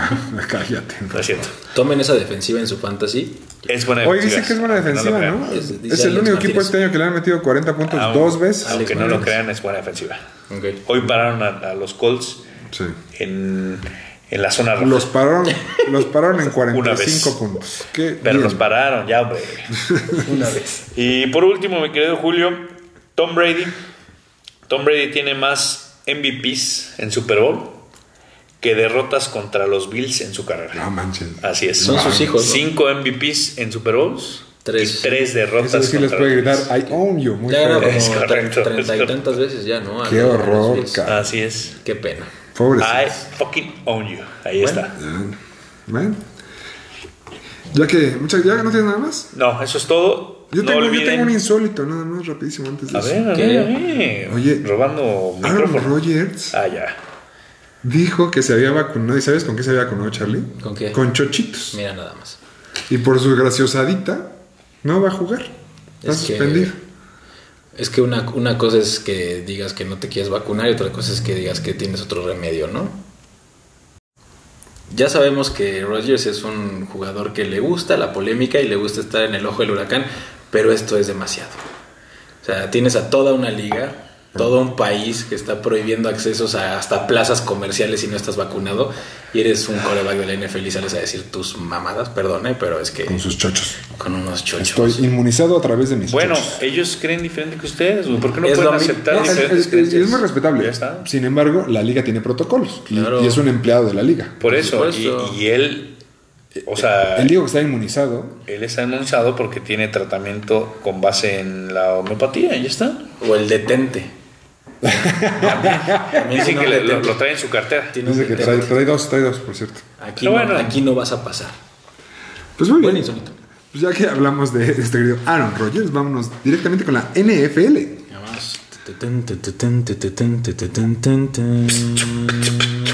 Cállate. No es cierto. Tomen esa defensiva en su fantasy. Es buena Hoy defensiva. dice que es buena Aunque defensiva, no lo ¿no? crean. Ah, Es, Es- dice es el Alex único equipo Martínez. este año que le han metido 40 puntos Aun- dos veces. Aunque no lo Martínez. crean, es buena defensiva. Ok. Hoy pararon a, a los Colts Sí. en, en la zona roja. Los pararon, los pararon en Una vez. 45 puntos. Qué Pero bien. los pararon, ya, hombre. Una vez. Y por último, mi querido Julio, Tom Brady. Tom Brady tiene más MVPs en Super Bowl que derrotas contra los Bills en su carrera. No manches. Así es. Son sus hijos, ¿no? Cinco MVPs en Super Bowls Tres. y tres Eso derrotas sí les contra puede los gritar, Bills. I own you. Muy Ya feo. ganó Es como correcto, tre- es treinta y correcto. tantas veces ya, ¿no? Qué A los- a los horror, Bills. ca- Así es. Qué pena. Pobres. I fucking own you. Ahí Bueno. está. Bueno. Ya que, muchas, ya no tienes nada más. No, eso es todo. Yo, no tengo, yo olviden. tengo un insólito, nada más, rapidísimo antes de A eso. ver, a ¿Qué? ver, a ver. Oye, robando Aaron micrófono. Rodgers Ah, ya. dijo que se había vacunado. ¿Y sabes con qué se había vacunado, Charlie? ¿Con qué? Con chochitos. Mira nada más. Y por su graciosadita, no va a jugar. Va a Es que- suspender. Es que una, una cosa es que digas que no te quieres vacunar y otra cosa es que digas que tienes otro remedio, ¿no? Ya sabemos que Rodgers es un jugador que le gusta la polémica y le gusta estar en el ojo del huracán, pero esto es demasiado. O sea, tienes a toda una liga todo un país que está prohibiendo accesos a hasta plazas comerciales si no estás vacunado y eres un coreback de la NFL y sales a decir tus mamadas, perdone, pero es que con sus chochos. con unos chochos. Estoy inmunizado a través de mis Bueno, chochos. ellos creen diferente que ustedes, güey. ¿Por qué no Es pueden lo mismo. aceptar No, Es, diferentes es- es- creencias? es muy respetable. Ya está. Sin embargo, la liga tiene protocolos y, Claro. y es un empleado de la liga. Por eso, Por y, supuesto. y él, o sea, Él dijo que está inmunizado. él está anunciado porque tiene tratamiento con base en la homeopatía, y ya está. O el detente. También Dicen tiene que un le- lo, detente. lo trae en su cartera. Tiene un Dice que detente. trae, trae dos, trae dos, por cierto. Aquí, Pero no, bueno. aquí no vas a pasar. Pues muy Buen bien. insólito. Pues ya que hablamos de este querido Aaron Rodgers, vámonos directamente con la NFL. Nada más.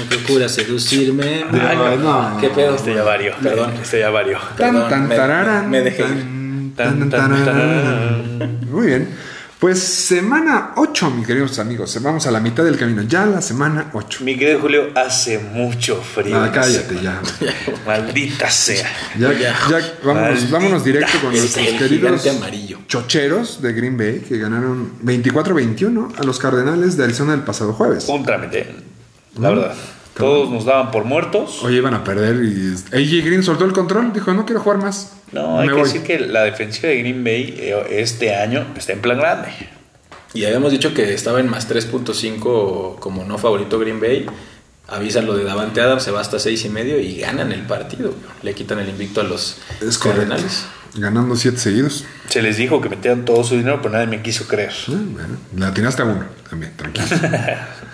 Procura seducirme. Ay, no. qué pedo. Este ya vario. Perdón. Este ya vario. Perdón, tan, tan, me- tararán, me dejé tan, Tan, tan, tan, tararán. Muy bien. Pues semana 8, mis queridos amigos. Vamos a la mitad del camino. Ya la semana 8. Mi querido Julio, hace mucho frío. Ah, cállate ya. Maldita sea. Ya, Ya. ya, vámonos, Maldita vámonos directo con El- nuestros el queridos gigante amarillo. chocheros de Green Bay que ganaron 24-21 a los Cardenales de Arizona el pasado jueves. Oh. Un trámite, ¿eh? la verdad. Todos nos daban por muertos. Oye, iban a perder y AJ Green soltó el control, dijo, no quiero jugar más. No, hay me que voy. decir que la defensiva de Green Bay eh, este año está en plan grande. Y habíamos dicho que estaba en más 3.5 como no favorito Green Bay. Avisan lo de Davante Adams, se va hasta 6 y medio y ganan el partido. Le quitan el invicto a los Es correcto. Cardenales. Ganando 7 seguidos. Se les dijo que metieran todo su dinero, pero nadie me quiso creer. Ah, Bueno, la atinaste a uno también, tranquilo.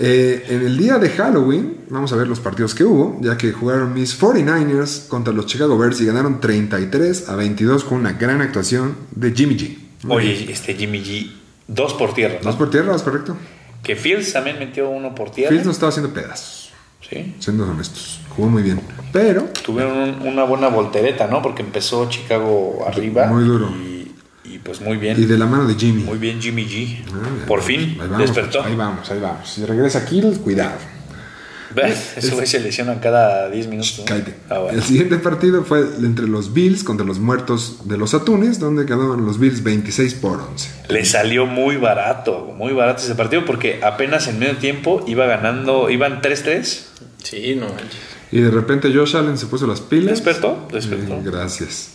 Eh, en el día de Halloween, vamos a ver los partidos que hubo, ya que jugaron mis 49ers contra los Chicago Bears y ganaron 33 a 22 con una gran actuación de Jimmy G. Oye, este Jimmy G, dos por tierra, Dos ¿no? por tierra, es correcto. Que Fields también metió uno por tierra. Fields nos estaba haciendo pedazos, Sí. siendo honestos. Jugó muy bien, pero Tuvieron un- una buena voltereta, ¿no? Porque empezó Chicago arriba. Muy duro. Y, y pues muy bien. y de la mano de Jimmy. Muy bien Jimmy G. Ah, por ahí fin vamos, despertó. Ahí vamos, ahí vamos. Si regresa Kittle, cuidado. ¿Ves? Eso güey se lesionan cada 10 minutos. ¿no? Cállate. Ah, bueno. El siguiente partido fue entre los Bills contra los muertos de los Atunes, donde quedaban los Bills 26 por 11. Le salió muy barato, muy barato ese partido porque apenas en medio tiempo iba ganando, iban 3-3. Sí, no manches. Y de repente Josh Allen se puso las pilas. Despertó, despertó. Eh, gracias.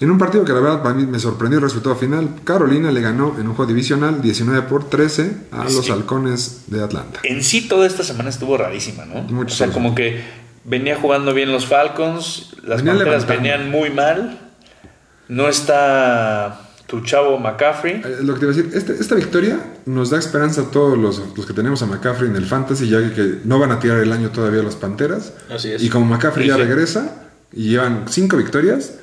En un partido que la verdad para mí me sorprendió el resultado final, Carolina le ganó en un juego divisional 19 por 13 a Es los que- Halcones de Atlanta. En sí toda esta semana estuvo rarísima, ¿no? Mucho o sea, sí. como que venía jugando bien los Falcons, las Venía Panteras levantando. venían muy mal. No está tu chavo McCaffrey. Eh, Lo que te iba a decir, este- esta victoria nos da esperanza a todos los, los que tenemos a McCaffrey en el Fantasy, ya que, que no van a tirar el año todavía las Panteras. Así es. Y como McCaffrey Sí, ya sí. regresa y llevan cinco victorias,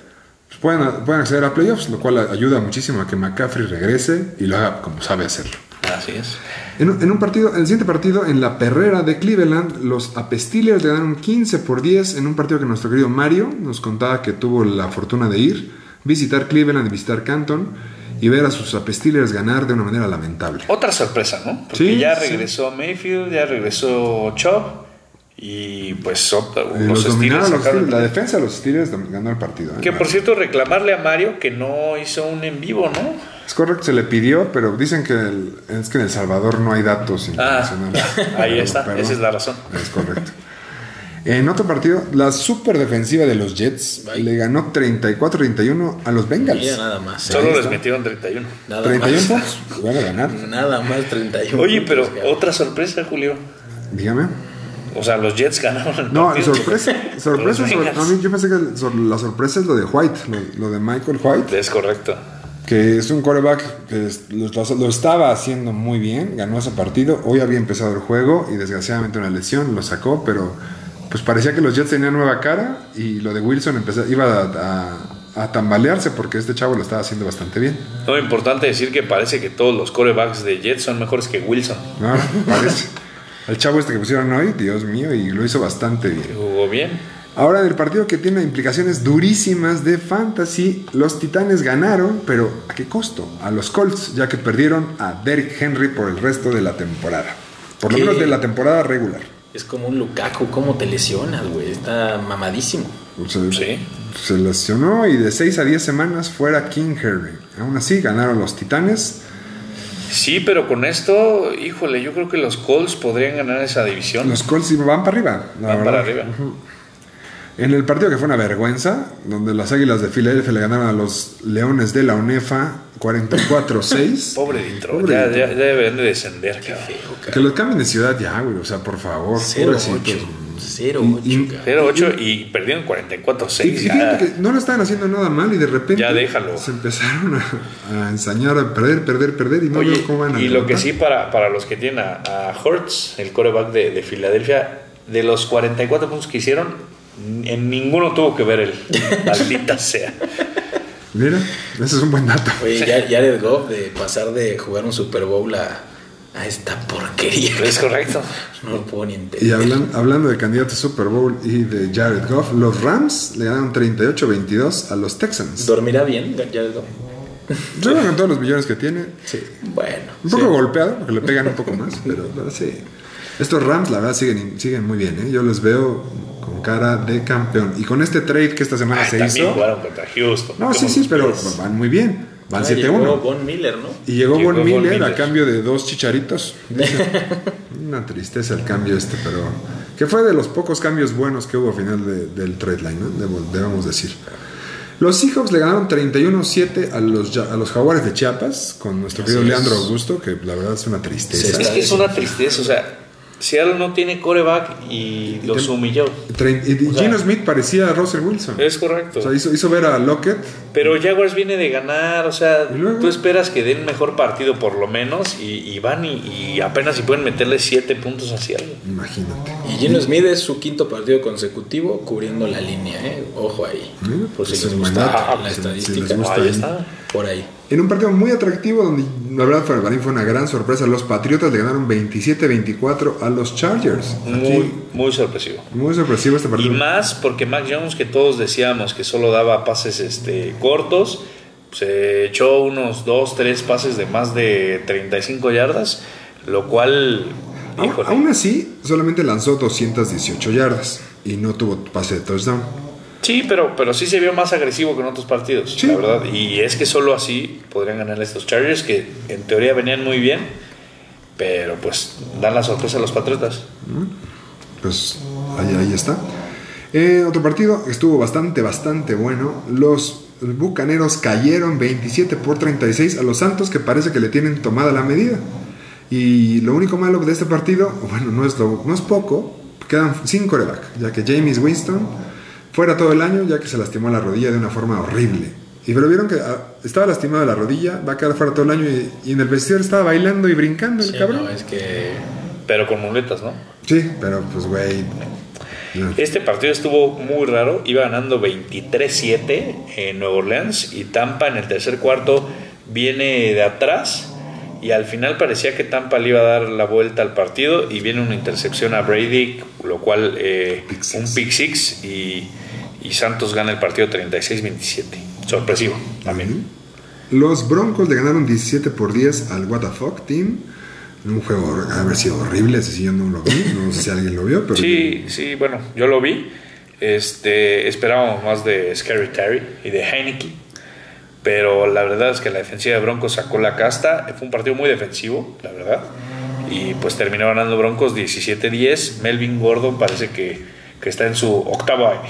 pues pueden, pueden acceder a playoffs, lo cual ayuda muchísimo a que McCaffrey regrese y lo haga como sabe hacerlo. Así es. En, un- en un partido, en el siguiente partido, en la perrera de Cleveland, los Apesteelers le ganaron 15 por 10 en un partido que nuestro querido Mario nos contaba que tuvo la fortuna de ir, visitar Cleveland y visitar Canton y ver a sus Apesteelers ganar de una manera lamentable. Otra sorpresa, ¿no? Porque Sí, ya sí. regresó Mayfield, ya regresó Chop y pues otra- Eh, los Steelers dominaron sacaron- los Steelers, la defensa de los Steelers dom- ganó el partido. ¿eh? Que por cierto, reclamarle a Mario que no hizo un en vivo, ¿no? Es correcto, se le pidió, pero dicen que el- es que en El Salvador no hay datos internacionales. Ah, ahí Pero, está, perdón. esa es la razón. Es correcto. En otro partido, la super defensiva de los Jets Bye. le ganó 34-31 a los Bengals. Mira nada más. Solo les está. metieron 31. Nada 31 más. puntos, van a ganar. Nada más 31. Oye, pero puntos, cabrón. otra sorpresa, Julio. Dígame. O sea, los Jets ganaron el No, partido. sorpresa. sorpresa Los sobre- Bengals. a mí yo pensé que el- sobre- la sorpresa es lo de White, lo, lo de Michael White, Es correcto. que es un quarterback que es- lo, lo- lo estaba haciendo muy bien, ganó ese partido. Hoy había empezado el juego y desgraciadamente una lesión lo sacó, pero pues parecía que los Jets tenían nueva cara y lo de Wilson empezó, iba a, a- a tambalearse porque este chavo lo estaba haciendo bastante bien. No, importante decir que parece que todos los corebacks de Jets son mejores que Wilson. ¿no? Parece. El chavo este que pusieron hoy, Dios mío, y lo hizo bastante bien. que Jugó bien. Ahora en el partido que tiene implicaciones durísimas de fantasy, los Titanes ganaron, pero ¿a qué costo? A los Colts, ya que perdieron a Derrick Henry por el resto de la temporada. Por lo ¿Qué? menos de la temporada regular. Es como un Lukaku, ¿cómo te lesionas, güey? Está mamadísimo. O sea, Sí. Se lesionó y de 6 a 10 semanas fuera King Henry. Aún así ganaron los Titanes. Sí, pero con esto, híjole, yo creo que los Colts podrían ganar esa división. Los Colts sí van para arriba. la Van para verdad. arriba. En el partido que fue una vergüenza, donde las Águilas de Filadelfia le ganaron a los Leones de la UNEFA 44-6. Pobre Detroit, Pobre ya, Detroit. ya- ya deberían de descender, cabrón. que los cambien de ciudad ya, güey. O sea, por favor. 0-8. pobrecitos. Y- y- 0-8. cabrón. 0-8 y perdieron Y, 44-6. y fíjate ya. que no lo estaban haciendo nada mal y de repente Ya déjalo. se empezaron a, a ensañar a perder, perder, perder y no Oye, veo cómo van a y lo que levantar. sí para, para los que tienen a, a Hurts, el coreback de, de Filadelfia, de los 44 puntos que hicieron, en ninguno tuvo que ver él. Maldita sea. Mira, ese es un buen dato. Oye, ya- Jared Goff de pasar de jugar un Super Bowl a, a esta porquería. Es correcto. No lo puedo ni Y entender. hablan- hablando de candidatos Super Bowl y de Jared Goff, los Rams le ganaron 38-22 a los Texans. ¿Dormirá bien Jared Goff? Yo creo que con todos los millones que tiene, sí. Bueno. Un poco sí. golpeado, porque le pegan un poco más, pero, pero sí. Estos Rams, la verdad, siguen, siguen muy bien, ¿eh? Yo los veo con cara de campeón. Y con este trade que esta semana Ah, se también hizo. jugaron contra Houston. No, sí, ¿Cómo sí, los pero ves? van muy bien. Van Ah, 7-1. llegó Von Miller, ¿no? Y llegó, Llegó Von Von Miller, a Miller. cambio de dos chicharitos. Una tristeza el cambio este, pero que fue de los pocos cambios buenos que hubo a final de- del trade line, ¿no? Debo- debemos decir. Los Seahawks le ganaron 31-7 a los, ya- a los Jaguares de Chiapas con nuestro querido Así es. Leandro Augusto, que la verdad es una tristeza. Sí, Es que es una tristeza. O sea, Seattle no tiene coreback y los humilló. Trein- y sea- Gino Smith parecía a Russell Wilson. Es O correcto. sea, hizo, hizo ver a Lockett. Pero Jaguars viene de ganar, o sea, ¿Y luego? tú esperas que den mejor partido por lo menos y, y van y, y apenas si pueden meterle 7 puntos hacia algo. Imagínate. Y Gino Smith es su quinto partido consecutivo cubriendo la línea, ¿eh? Ojo ahí. Mira, Por si pues les es buen gusta dato. la Si- si les estadística. gusta Ahí ahí. está. Por ahí. En un partido muy atractivo donde la verdad para mí fue una gran sorpresa, los Patriotas le ganaron 27-24 a los Chargers. Muy, Aquí, muy sorpresivo. muy sorpresivo este Y partido. más porque Mac Jones, que todos decíamos que solo daba pases este, cortos, se echó unos 2, 3 pases de más de 35 yardas, lo cual, Aún- híjole, Aún así, solamente lanzó 218 yardas y no tuvo pase de touchdown. Sí, pero, pero sí se vio más agresivo que en otros partidos, Sí. la verdad. Y es que solo así podrían ganar estos Chargers, que en teoría venían muy bien, pero pues dan la sorpresa a los Patriotas. Pues ahí, ahí está. Eh, otro partido que estuvo bastante, bastante bueno. Los Bucaneros cayeron 27 por 36 a los Santos que parece que le tienen tomada la medida. Y lo único malo de este partido, bueno, no es, lo, no es poco, quedan sin coreback, ya que James Winston fuera todo el año, ya que se lastimó la rodilla de una forma horrible. Y pero vieron que ah, estaba lastimada la rodilla, va a quedar fuera todo el año y, y en el vestidor estaba bailando y brincando el Sí, Ah, cabrón. no, eh. es que. Pero con muletas, ¿no? Sí, pero pues güey. ya. Este partido estuvo muy raro, iba ganando 23-7 en Nueva Orleans y Tampa en el tercer cuarto viene de atrás y al final parecía que Tampa le iba a dar la vuelta al partido y viene una intercepción a Brady, lo cual eh, Pick six. un pick six y, y Santos gana el partido 36-27. Sorpresivo también. Los Broncos le ganaron 17 por 10 al WTF Team. Un juego hor- haber sido horrible, ese sí yo no lo vi, no sé si alguien lo vio, pero Sí, sí, bueno, yo lo vi. Este, esperábamos más de Scary Terry y de Heineken. Pero la verdad es que la defensiva de Broncos sacó la casta. Fue un partido muy defensivo, la verdad. Y pues terminó ganando Broncos 17-10. Melvin Gordon parece que, que está en su octavo año.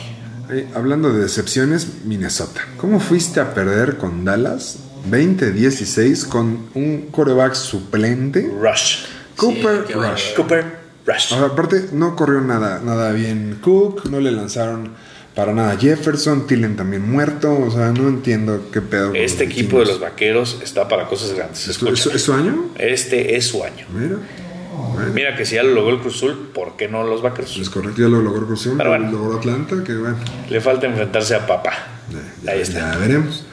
Ay, eh, hablando de decepciones, Minnesota. ¿Cómo fuiste a perder con Dallas 20-16 con un coreback suplente? Rush. Cooper qué bueno. Rush. Cooper Rush. O sea, aparte, no corrió nada, nada bien Cook, no le lanzaron para nada Jefferson, Tillen también muerto, o sea, no entiendo qué pedo. con Este los equipo de los vikingos. vaqueros está para cosas grandes. ¿Es su- ¿Es su- escúchame. es su año? Este es su año. Mira. Bueno. Mira que si ya lo logró el Cruzul, ¿por qué no los vaqueros? Pues Es correcto, ya lo logró Cruzul, Pero bueno. lo logró Atlanta, que bueno, Le falta enfrentarse a papá. ya, Ahí ya- está. ya veremos.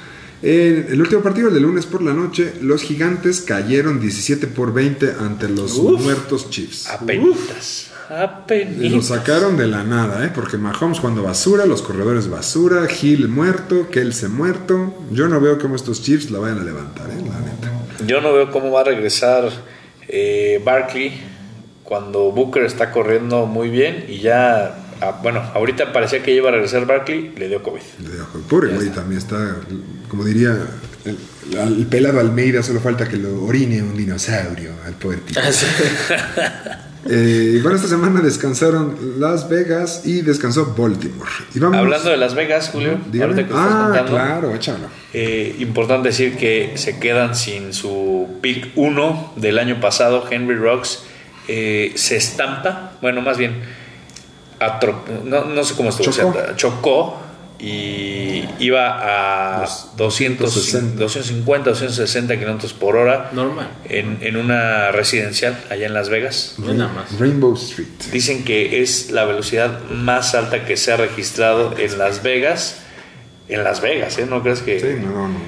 Eh, el último partido, el de lunes por la noche, los gigantes cayeron 17 por 20 ante los muertos Chiefs. Apenitas. Y Lo Apenitas. sacaron de la nada, ¿eh? porque Mahomes cuando basura, los corredores basura, Hill muerto, Kelsey muerto. Yo no veo cómo estos Chiefs la vayan a levantar, ¿eh? la neta. Yo no veo cómo va a regresar eh, Barkley cuando Booker está corriendo muy bien y ya. ah, bueno, ahorita parecía que iba a regresar Barkley, le dio COVID. Le digo, Pobre güey, también está, como diría el, al pelado Almeida solo falta que lo orine un dinosaurio al poder Tito. Eh, bueno, esta semana descansaron Las Vegas y descansó Baltimore. Y vámonos. Hablando de Las Vegas, Julio, Dígame. ahorita que lo estás ah, contando, claro, échalo. eh, importante decir que se quedan sin su pick 1 del año pasado. Henry Rocks eh, se estampa, bueno, más bien, atro- no, no sé cómo estuvo, Chocó. o sea, chocó y iba a Dos- 200, 260. 250, 260 kilómetros por hora Normal. en, en una residencial allá en Las Vegas. No es nada más. Rainbow Street. Dicen que es la velocidad más alta que se ha registrado en Las Vegas. En Las Vegas, ¿eh? ¿No crees que...? Sí, no, no, no.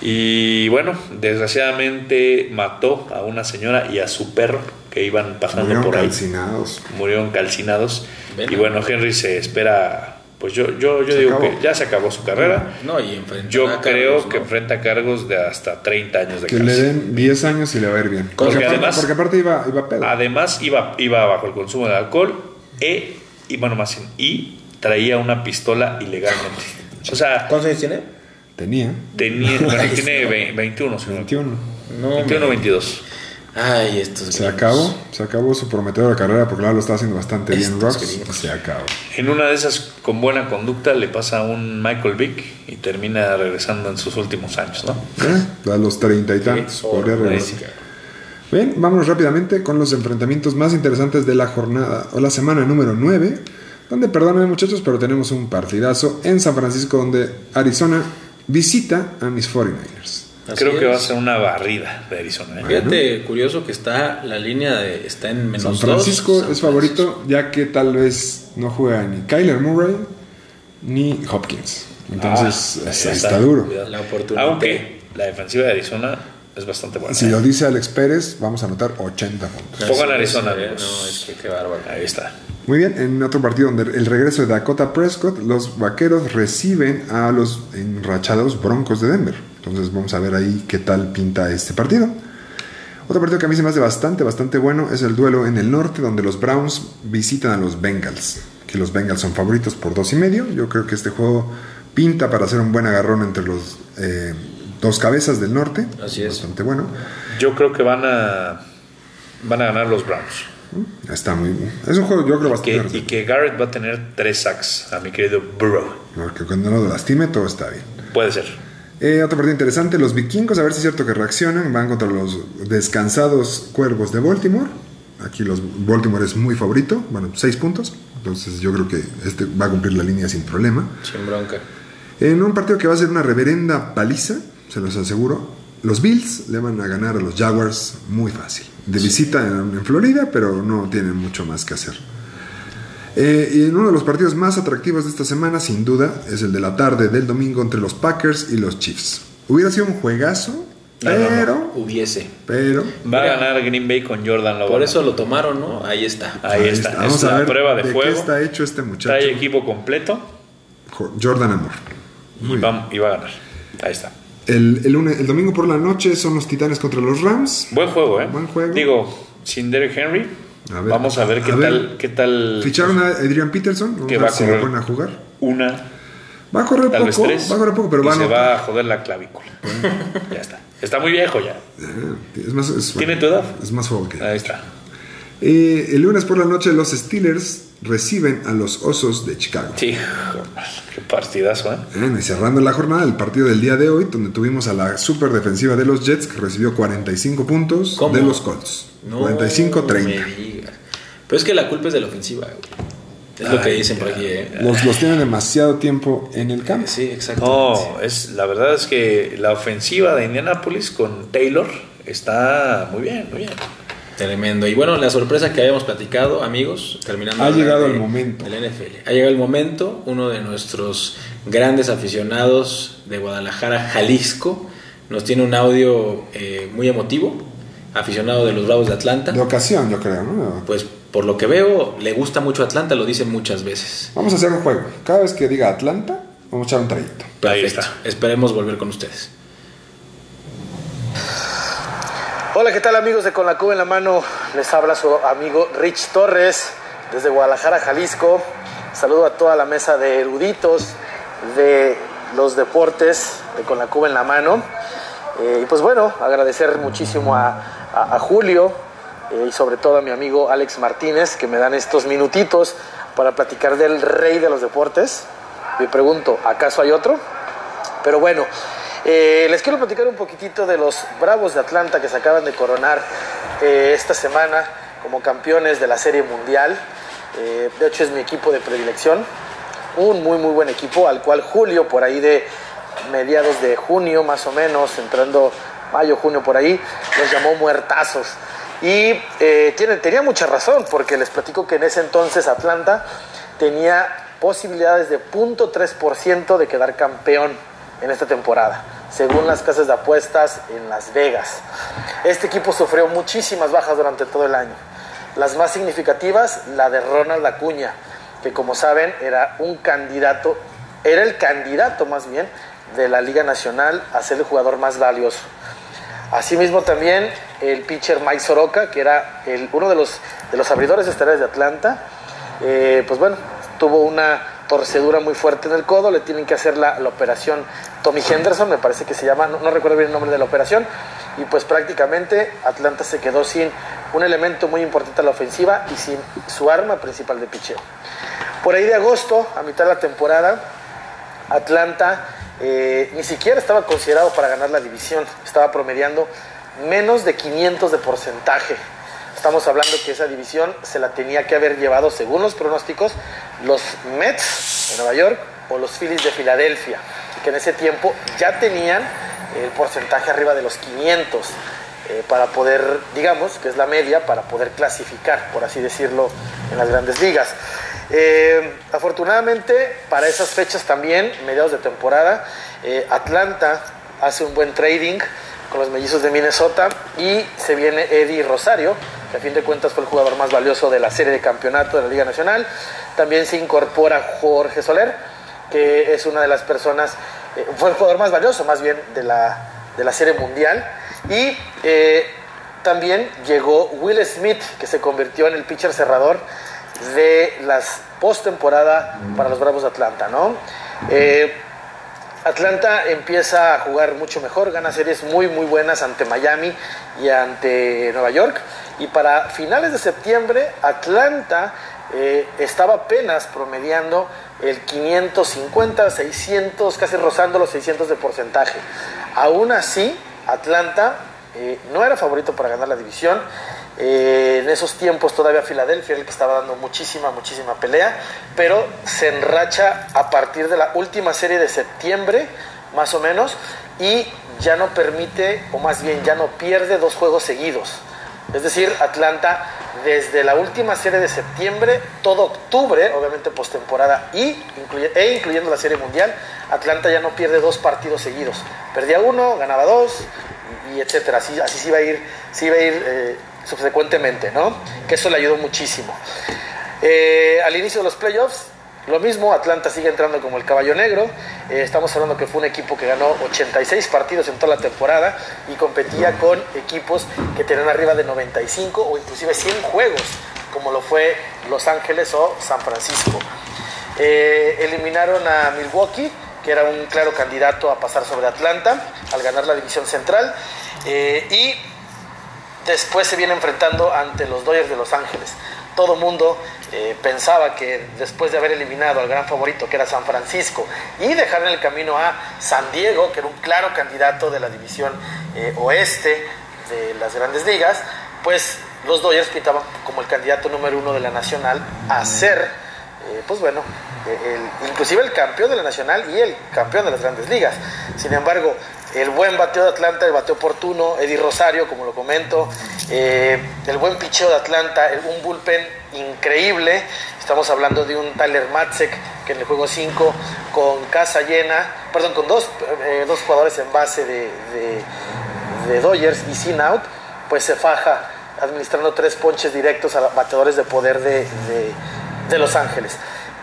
Y bueno, desgraciadamente mató a una señora y a su perro que iban pasando Murieron por ahí. calcinados. Murieron calcinados. Ven. Y bueno, Henry se espera... Pues yo, yo, yo Se digo acabó. que ya se acabó su carrera. No, y enfrentar Yo a creo Carlos, que Ah, ¿no? enfrenta cargos de hasta 30 años de Que cárcel. le den 10 años y le va a ir bien. Porque, aparte, además- Ah, porque aparte iba, iba pedo. Además, iba, iba bajo el consumo de alcohol e, y, bueno, más bien, y traía una pistola ilegalmente. O sea, ¿Cuántos años tiene? Tenía tenía, bueno, tiene ve- 21, según- 21. No, 21 22. Ay, estos. Se gringos. acabó, se acabó su prometedora carrera porque claro lo está haciendo bastante bien Estos Rocks. gringos. Se acabó. En una de esas, con buena conducta, le pasa a un Michael Vick y termina regresando en sus últimos años, ¿no? ¿Eh? A los treinta y tantos. podría regresar. Bien, vámonos rápidamente con los enfrentamientos más interesantes de la jornada o la semana número 9. Donde, perdónenme muchachos, pero tenemos un partidazo en San Francisco donde Arizona visita a mis 49ers. Así Creo que es. va a ser una barrida de Arizona. ¿eh? Fíjate, curioso que está la línea de. Está en menos San dos. Francisco San es favorito ya que tal vez no juega ni Kyler Murray ni Hopkins. Entonces Ah, es- ahí está duro. Cuidado. La oportunidad. Aunque la defensiva de Arizona es bastante buena. Si ¿eh? lo dice Alex Pérez, vamos a anotar 80 puntos. Francisco. Pongan Arizona, eh, No, amigos. es que qué bárbaro. Ahí está. Muy bien, en otro partido donde el regreso de Dakota Prescott, los vaqueros reciben a los enrachados broncos de Denver. Entonces vamos a ver ahí qué tal pinta este partido. Otro partido que a mí se me hace bastante, bastante bueno es el duelo en el norte donde los Browns visitan a los Bengals. Que los Bengals son favoritos por dos y medio. Yo creo que este juego pinta para hacer un buen agarrón entre los eh, dos cabezas del norte. Así es. Bastante bueno. Yo creo que van a van a ganar los Browns. Está muy bien. Es un juego yo creo bastante... Que- y reservado. que Garrett va a tener tres sacks, a mi querido Burrow. Porque cuando no lo lastime todo está bien. Puede ser. Eh, otro partido interesante, los vikingos, a ver si es cierto que reaccionan, van contra los descansados cuervos de Baltimore. Aquí los Baltimore es muy favorito, bueno, seis puntos, entonces yo creo que este va a cumplir la línea sin problema. Sin bronca. En un partido que va a ser una reverenda paliza, se los aseguro, los Bills le van a ganar a los Jaguars muy fácil. De visita en, en Florida, pero no tienen mucho más que hacer. Eh, y en uno de los partidos más atractivos de esta semana, sin duda, es el de la tarde del domingo entre los Packers y los Chiefs. Hubiera sido un juegazo, No, no, no. pero, Hubiese. pero Va Mira. a ganar Green Bay con Jordan Love. Por eso lo tomaron, ¿no? Ahí está. ahí, está. Vamos es a la ver prueba de, de fuego. qué está hecho este muchacho. Trae equipo completo Jo- Jordan Amor. y va, y va a ganar. Ahí está. El, el lunes- el domingo por la noche son los Titanes contra los Rams. Buen juego, ¿eh? Buen juego. Digo, sin Derrick Henry, A ver. vamos a ver qué A ver. tal qué tal Ficharon a Adrian Peterson, vamos Que a va ver a si lo correr. ponen a jugar. una, Va a correr tal vez poco, tres. va a correr poco, pero y va a se anotar. va a joder la clavícula. ya está. Está muy viejo ya. Eh, Es más, es- ¿Tiene tu edad? Ah, Es más joven que yo. Ahí está. Eh, el lunes por la noche los Steelers reciben a los Osos de Chicago. Sí, qué partidazo, ¿eh? Bueno, y cerrando la jornada, el partido del día de hoy, donde tuvimos a la super defensiva de los Jets, que recibió 45 puntos ¿Cómo? de los Colts. No 45-30. me digas. Pero es que la culpa es de la ofensiva, güey. Es lo que Ay, dicen por aquí, ¿eh? Los, los tienen demasiado tiempo en el campo. Sí, exactamente. No, es, la verdad es que la ofensiva de Indianapolis con Taylor está muy bien, muy bien. Tremendo. Y bueno, la sorpresa que habíamos platicado, amigos, terminando. Ha de hablar llegado de- el momento. del NFL. Ha llegado el momento. Uno de nuestros grandes aficionados de Guadalajara, Jalisco, nos tiene un audio eh, muy emotivo. Aficionado de los Bravos de Atlanta. De ocasión, yo creo. ¿no? Pues por lo que veo, le gusta mucho Atlanta, lo dicen muchas veces. Vamos a hacer un juego. Cada vez que diga Atlanta, vamos a echar un trayecto. Ahí Perfecto. está. Esperemos volver con ustedes. Hola, ¿qué tal amigos de Con la Cuba en la Mano? Les habla su amigo Rich Torres desde Guadalajara, Jalisco. Saludo a toda la mesa de eruditos de los deportes de Con la Cuba en la Mano. Eh, y pues bueno, agradecer muchísimo a, a- a Julio eh, y sobre todo a mi amigo Alex Martínez que me dan estos minutitos para platicar del rey de los deportes. Me pregunto, ¿acaso hay otro? Pero bueno, eh, les quiero platicar un poquitito de los Bravos de Atlanta que se acaban de coronar eh, esta semana como campeones de la Serie Mundial. Eh, de hecho es mi equipo de predilección. Un muy muy buen equipo al cual Julio por ahí de mediados de junio más o menos, entrando mayo, junio por ahí, los llamó muertazos. Y eh, tiene- tenía mucha razón porque les platico que en ese entonces Atlanta tenía posibilidades de 0.3% de quedar campeón en esta temporada, según las casas de apuestas en Las Vegas. Este equipo sufrió muchísimas bajas durante todo el año. Las más significativas, la de Ronald Acuña, que como saben era un candidato, era el candidato más bien de la Liga Nacional a ser el jugador más valioso. Asimismo también el pitcher Mike Soroka, que era el- uno de los, de los abridores estelares de Atlanta, eh, pues bueno, tuvo una torcedura muy fuerte en el codo, le tienen que hacer la, la operación Tommy Henderson, me parece que se llama, no, no recuerdo bien el nombre de la operación, y pues prácticamente Atlanta se quedó sin un elemento muy importante a la ofensiva y sin su arma principal de picheo. Por ahí de agosto, a mitad de la temporada, Atlanta eh, ni siquiera estaba considerado para ganar la división. Estaba promediando menos de 500 de porcentaje. Estamos hablando que esa división se la tenía que haber llevado, según los pronósticos, los Mets de Nueva York o los Phillies de Filadelfia, que en ese tiempo ya tenían el porcentaje arriba de los 500 eh, para poder, digamos, que es la media, para poder clasificar, por así decirlo, en las grandes ligas. Eh, afortunadamente, para esas fechas también, mediados de temporada, eh, Atlanta hace un buen trading con los mellizos de Minnesota y se viene Eddie Rosario, que a fin de cuentas fue el jugador más valioso de la serie de campeonato de la Liga Nacional. También se incorpora Jorge Soler, que es una de las personas, eh, fue el jugador más valioso más bien de la, de la serie mundial. Y eh, también llegó Will Smith, que se convirtió en el pitcher cerrador de las postemporada para los Bravos de Atlanta, ¿no? Eh, Atlanta empieza a jugar mucho mejor, gana series muy muy buenas ante Miami y ante Nueva York. Y para finales de septiembre, Atlanta eh, estaba apenas promediando el 550, 600, casi rozando los 600 de porcentaje. Aún así, Atlanta eh, no era favorito para ganar la división. Eh, en esos tiempos todavía Filadelfia era el que estaba dando muchísima, muchísima pelea, pero se enracha a partir de la última serie de septiembre, más o menos, y ya no permite, o más bien ya no pierde dos juegos seguidos. Es decir, Atlanta desde la última serie de septiembre, todo octubre, obviamente postemporada y incluye- e incluyendo la serie mundial, Atlanta ya no pierde dos partidos seguidos. Perdía uno, ganaba dos, y etcétera. Así, así se iba a ir, se iba a ir eh, subsecuentemente, ¿no? Que eso le ayudó muchísimo. Eh, al inicio de los playoffs, lo mismo, Atlanta sigue entrando como el caballo negro. Eh, estamos hablando que fue un equipo que ganó 86 partidos en toda la temporada y competía con equipos que tenían arriba de 95 o inclusive 100 juegos, como lo fue Los Ángeles o San Francisco. Eh, eliminaron a Milwaukee, que era un claro candidato a pasar sobre Atlanta al ganar la división central. Eh, y después se viene enfrentando ante los Dodgers de Los Ángeles. Todo el mundo eh, pensaba que después de haber eliminado al gran favorito que era San Francisco y dejar en el camino a San Diego, que era un claro candidato de la división eh, oeste de las grandes ligas, pues los Dodgers pintaban como el candidato número uno de la nacional a ser eh, pues bueno, eh, el- inclusive el campeón de la Nacional y el campeón de las grandes ligas. Sin embargo, el buen bateo de Atlanta, el bateo oportuno, Eddie Rosario, como lo comento, eh, el buen picheo de Atlanta, el- un bullpen increíble. Estamos hablando de un Tyler Matzek que en el juego 5 con casa llena, perdón, con dos, eh, dos jugadores en base de- de, de Dodgers y sin out, pues se faja administrando tres ponches directos a bateadores de poder de, de- de Los Ángeles.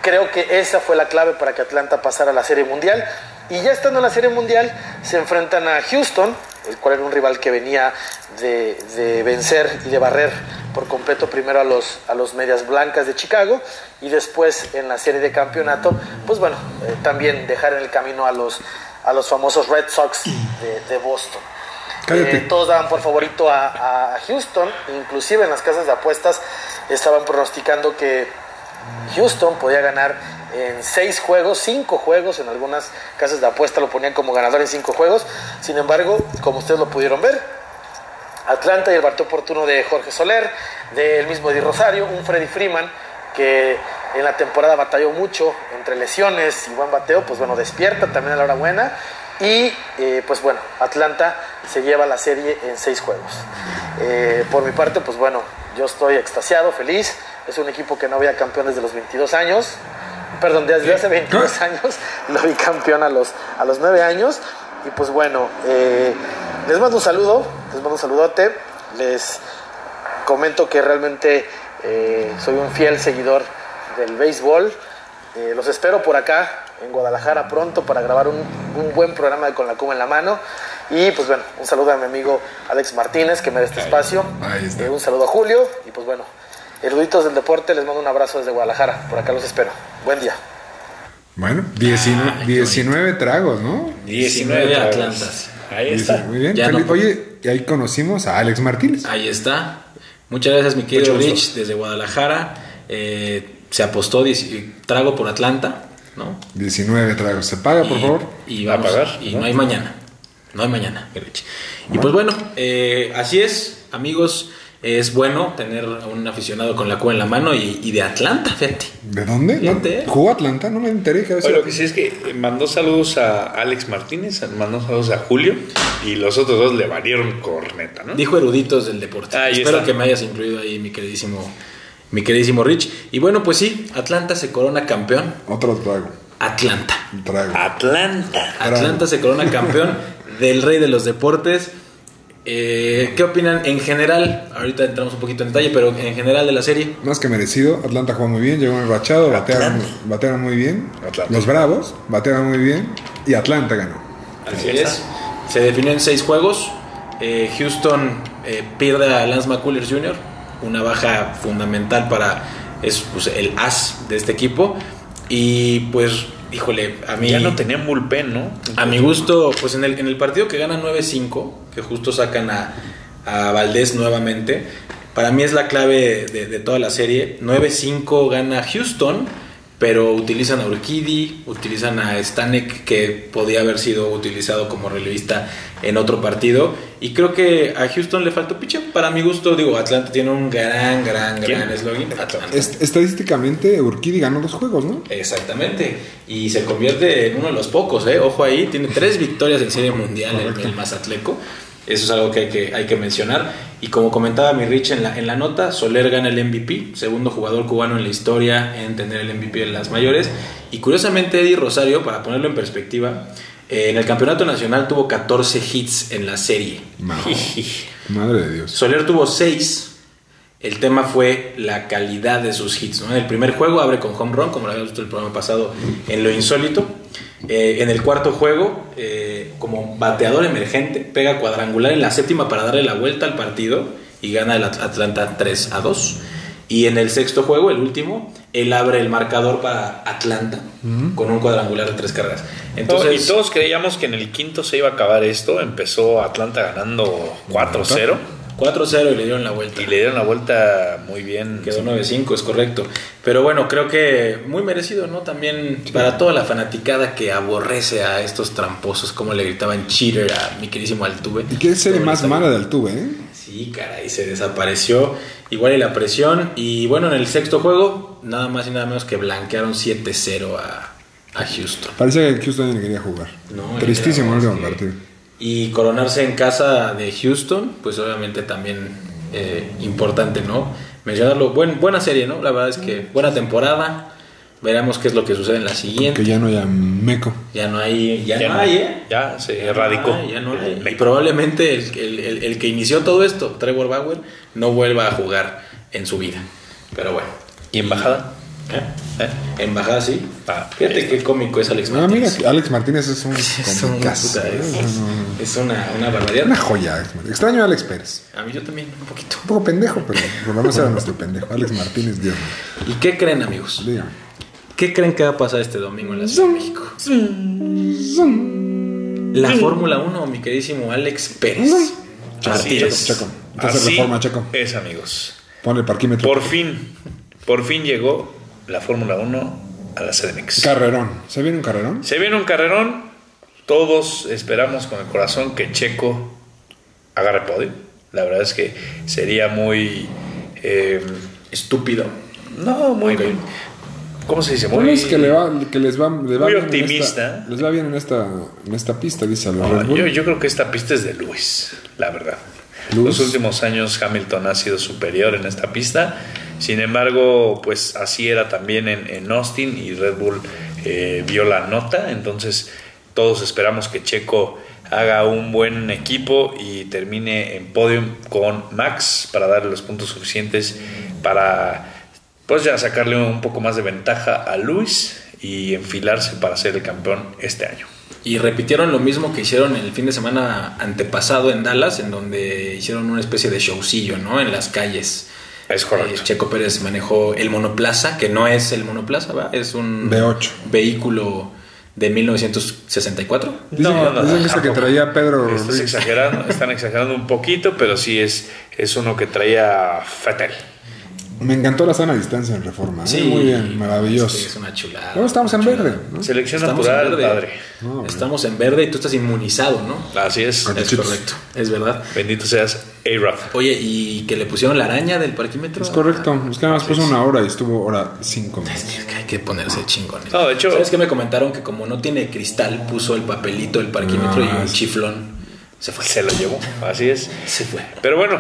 Creo que esa fue la clave para que Atlanta pasara a la Serie Mundial. Y ya estando en la Serie Mundial, se enfrentan a Houston, el cual era un rival que venía de, de vencer y de barrer por completo primero a los, a los Medias Blancas de Chicago y después en la Serie de Campeonato, pues bueno, eh, también dejar en el camino a los, a los famosos Red Sox de- de Boston. Cállate. Eh, todos daban por favorito a, a Houston, inclusive en las casas de apuestas estaban pronosticando que Houston podía ganar en seis juegos, cinco juegos, en algunas casas de apuesta lo ponían como ganador en cinco juegos. Sin embargo, como ustedes lo pudieron ver, Atlanta y el bate oportuno de Jorge Soler, del mismo Eddie Rosario, un Freddy Freeman que en la temporada batalló mucho entre lesiones y buen bateo, pues bueno, despierta también a la hora buena. Y eh, pues bueno, Atlanta se lleva la serie en seis juegos. Eh, por mi parte, pues bueno, yo estoy extasiado, feliz. Es un equipo que no había campeón desde los 22 años. Perdón, desde hace 22 años lo vi campeón a los, a los 9 años. Y pues bueno, eh, les mando un saludo, les mando un saludote. Les comento que realmente eh, soy un fiel seguidor del béisbol. Eh, los espero por acá en Guadalajara pronto para grabar un, un buen programa de Con la Cuba en la mano. Y pues bueno, un saludo a mi amigo Alex Martínez que me da este espacio. ahí está. Eh, un saludo a Julio. Y pues bueno, eruditos del deporte, les mando un abrazo desde Guadalajara. Por acá los espero. Buen día. Bueno, 19, Ay, qué 19 tragos, ¿no? 19 19 tragos. Atlantas. Ahí está. Muy bien. Ya Felipe, no- Oye, y ahí conocimos a Alex Martínez. Ahí está. Muchas gracias, mi querido Mucho gusto. Rich, desde Guadalajara. Eh, se apostó dieci- trago por Atlanta, ¿no? 19 tragos. ¿Se paga, Ah, por Y- favor? Y Va a vamos, pagar, Y ¿no? ¿no? hay mañana. No hay mañana, mi Rich. Y pues bueno, eh, así es, amigos. Es bueno tener a un aficionado con la cuba en la mano y, y de Atlanta, fíjate. ¿De dónde? ¿No? Fíjate. ¿Jugó Atlanta? No me enteré. Pues Que a Oye, veces... lo que sí es que mandó saludos a Alex Martínez, mandó saludos a Julio y los otros dos le valieron corneta, ¿no? Dijo eruditos del deporte. Ahí Espero está. que me hayas incluido ahí, mi queridísimo, mi queridísimo Rich. Y bueno, pues sí, Atlanta se corona campeón. Otro trago. Atlanta. Un trago. Atlanta. Atlanta se corona campeón del rey de los deportes. Eh, ¿Qué opinan en general? Ahorita entramos un poquito en detalle, pero en general de la serie. Más que merecido. Atlanta jugó muy bien. Llegó muy rachado. Batearon, Atlanta. batearon muy bien. Atlanta. Los Bravos batearon muy bien. Y Atlanta ganó. Así es. Se definió en seis juegos. Eh, Houston eh, pierde a Lance McCullers Jr., una baja fundamental para es, pues, el as de este equipo. Y pues, híjole, a mí. Ya no tenían bullpen, ¿no? A mi gusto, pues en el, en el partido que gana 9-5, que justo sacan a, a Valdés nuevamente, para mí es la clave de, de toda la serie. 9-5 gana Houston, pero utilizan a Urquidi, utilizan a Stanek, que podía haber sido utilizado como relevista en otro partido. Y creo que a Houston le faltó piche. Para mi gusto, digo, Atlanta tiene un gran, gran, ¿Quién? gran slogan. Atlanta. Est- estadísticamente, Urquidi ganó dos juegos, ¿no? Exactamente. Y se convierte en uno de los pocos, ¿eh? Ojo ahí, tiene tres victorias en Serie Mundial el, el Mazatleco. Eso es algo que hay, que hay que mencionar. Y como comentaba mi Rich en la, en la nota, Soler gana el MVP, segundo jugador cubano en la historia en tener el MVP de las mayores. Y curiosamente, Eddie Rosario, para ponerlo en perspectiva, eh, en el Campeonato Nacional tuvo 14 hits en la serie. No. Madre de Dios. Soler tuvo 6. El tema fue la calidad de sus hits. ¿no? En el primer juego abre con home run, como lo habíamos visto el programa pasado en lo insólito. Eh, en el cuarto juego, eh, como bateador emergente, pega cuadrangular en la séptima para darle la vuelta al partido y gana el At- Atlanta 3 a 2. Y en el sexto juego, el último, él abre el marcador para Atlanta con un cuadrangular de tres cargas. Entonces, y todos creíamos que en el quinto se iba a acabar esto. Empezó Atlanta ganando 4-0 4-0 y le dieron la vuelta. y le dieron la vuelta muy bien. Quedó 9-5, es correcto. Pero bueno, creo que muy merecido, ¿no? También para toda la fanaticada que aborrece a estos tramposos, como le gritaban cheater a mi queridísimo Altuve. ¿Y qué serie Pero más está mala bien. del tuve, eh? Sí, caray, se desapareció. Igual y la presión. Y bueno, en el sexto juego, nada más y nada menos que blanquearon 7-0 a, a Houston. Parece que Houston ni quería jugar. No, Tristísimo el era- último partido. Y coronarse en casa de Houston, pues obviamente también eh, importante, ¿no? Mencionarlo, buen, buena serie, ¿no? La verdad es que buena temporada. Veremos qué es lo que sucede en la Que siguiente. ya no haya meco. Ya no hay, ya, Ya no, no- hay, ¿eh? ya se no erradicó. hay, ya no hay. El- Y probablemente el, el- el- el que inició todo esto, Trevor Bauer, no vuelva a jugar en su vida. Pero bueno. ¿Y embajada? ¿Eh? ¿Eh? Embajada, sí. Ah, Fíjate qué cómico es Alex Ah, mira, Martínez. Alex Martínez es un es, un- comicazo, puta, es- ¿no? es una, una barbaridad. Una joya, Alex Martínez. Extraño a Alex Pérez. A mí yo también, un poquito. Un poco pendejo, pero por lo menos era nuestro pendejo. Alex Martínez, Dios mío. ¿Y qué creen, amigos? Dígame. ¿Qué creen que va a pasar este domingo en la Ciudad de México? la Fórmula 1, mi queridísimo Alex Pérez. Así Martínez. es. Checo. Entonces, Así reforma, Checo. es, amigos. Pon el parquímetro. Por fin, por fin llegó la Fórmula 1 a la CDMX. Carrerón. ¿Se viene un carrerón? Se viene un carrerón. Todos esperamos con el corazón que Checo agarre podio. La verdad es que sería muy. eh, Estúpido. no, muy. ¿Cómo se dice? Bueno, Muy. es que, le va, que les va, le va muy bien en optimista. esta- les va bien en esta, en esta pista, dice el Red Bull. yo, yo creo que esta pista es de Luis, la verdad. Lewis. Los últimos años Hamilton ha sido superior en esta pista. Sin embargo, pues así era también en, en Austin y Red Bull eh, vio la nota. Entonces todos esperamos que Checo haga un buen equipo y termine en podium con Max para darle los puntos suficientes para pues ya sacarle un poco más de ventaja a Luis y enfilarse para ser el campeón este año. Y repitieron lo mismo que hicieron el fin de semana antepasado en Dallas, en donde hicieron una especie de showcillo, ¿no? En las calles. Es correcto. Eh, Checo Pérez manejó el monoplaza, que no es el monoplaza, ¿va? es un V8. vehículo de 1964. Dicen No, que, no, dicen que esta que tampoco. traía Pedro Estás Ruiz. exagerando, están exagerando un poquito, pero sí es, es uno que traía Fettel. Me encantó la sana distancia en reforma. ¿eh? Muy bien, maravilloso. Es que es una chulada. Luego estamos en Una chulada. verde. ¿no? Ah, Selección Estamos en natural, verde. padre. No, bueno. Estamos en verde y tú estás inmunizado, ¿no? Así es. Con Es chips. correcto, es verdad. Bendito seas, A-Rod. Oye, y que le pusieron la araña del parquímetro. Ah, Es correcto. Es que nada más puso una hora y estuvo hora cinco minutos. Es que hay que Ah. ponerse chingones. No, de hecho- ¿Sabes qué me comentaron? Que como no tiene cristal, puso el papelito, el parquímetro Ah, y un sí. chiflón. Se fue. Se lo llevó, así es. Se fue. Ah. Pero bueno,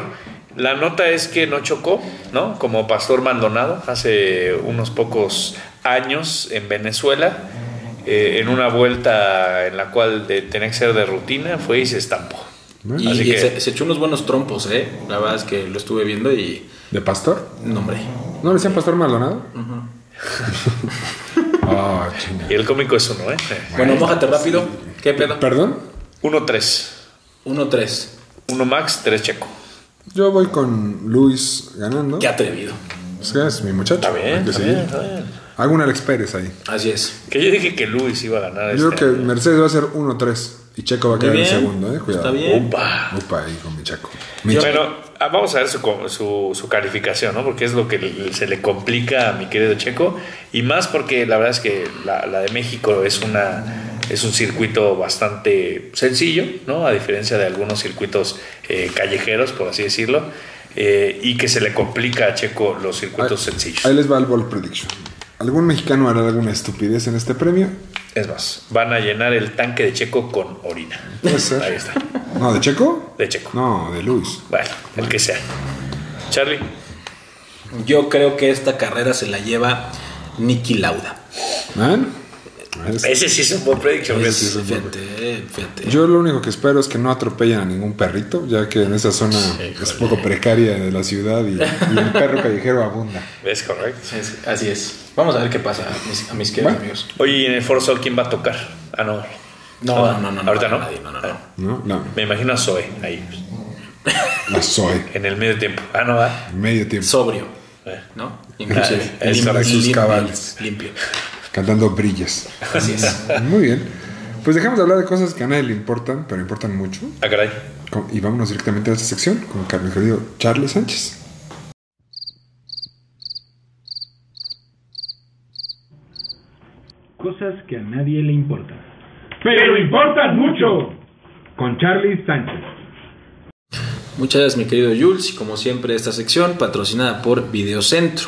la nota es que no chocó, ¿no? Como Pastor Maldonado hace unos pocos años en Venezuela, eh, en una vuelta en la cual de- tenía que ser de rutina, fue y se estampó. Y, Así y que- se, se echó unos buenos trompos, ¿eh? La verdad es que lo estuve viendo y. ¿De pastor? No, hombre. ¿No le decían pastor Maldonado? Ah, chinga. Y el cómico es uno, ¿eh? Bueno, mójate rápido. ¿Qué pedo? ¿Perdón? 1-3. 1-3. Uno Max, tres Checo. Yo voy con Luis ganando. Qué atrevido. Es que es mi muchacho. Está Hay bien, que está seguir. bien, está bien. Hago un Alex Pérez ahí. Así es. Que yo dije que Luis iba a ganar Yo creo este que año. Mercedes va a ser 1-3 y Checo va a Muy quedar en bien. segundo, eh. Cuidado. Está bien. Upa. Upa, ahí con mi Checo. Mi Checo. Bueno, ah, vamos a ver su, com- su, su calificación, ¿no? Porque es lo que le- se le complica a mi querido Checo. Y más porque la verdad es que la, la de México es una es un circuito bastante sencillo, ¿no? A diferencia de algunos circuitos eh, callejeros, por así decirlo. eh, y que se le complica a Checo los circuitos sencillos. Ahí les va el Ball Prediction. ¿Algún mexicano hará alguna estupidez en este premio? Es más, van a llenar el tanque de Checo con orina. Puede ser. Ahí está. ¿No, de Checo? De Checo. No, de Luis. Bueno, el que sea. Charlie, Yo creo que esta carrera se la lleva Nicky Lauda. ¿Man? Es- ese sí es un buen prediction. Es- fíjate. fíjate, eh, fíjate. Yo lo único que espero es que no atropellen a ningún perrito, ya que en esa zona es un poco precaria de la ciudad y, y el perro callejero abunda. Es correcto. Es- así es. Vamos a ver qué pasa a mis, a mis queridos Bueno. amigos. Oye, ¿y en el Forza quién va a tocar? Ah, no. Ah, No, no, no, no, Ahorita no. nadie, no, no, no. Ah, ¿No? No, Me imagino a Zoe ahí, pues, la soy. en el medio tiempo. Ah, no, va. Medio tiempo. Sobrio, Eh. ¿no? Inclusive. Ah, es lim- para sus limpio, cabales. Limpio. Cantando brillas. Mm, Así es. Muy bien. Pues dejamos de hablar de cosas que a nadie le importan, pero importan mucho. Ah, caray. Con- Y vámonos directamente a esta sección con Carlos querido Charles Sánchez. Cosas que a nadie le importan. Pero importan mucho. Con Charlie Sánchez. Muchas gracias, mi querido Jules. Y como siempre, esta sección patrocinada por Videocentro.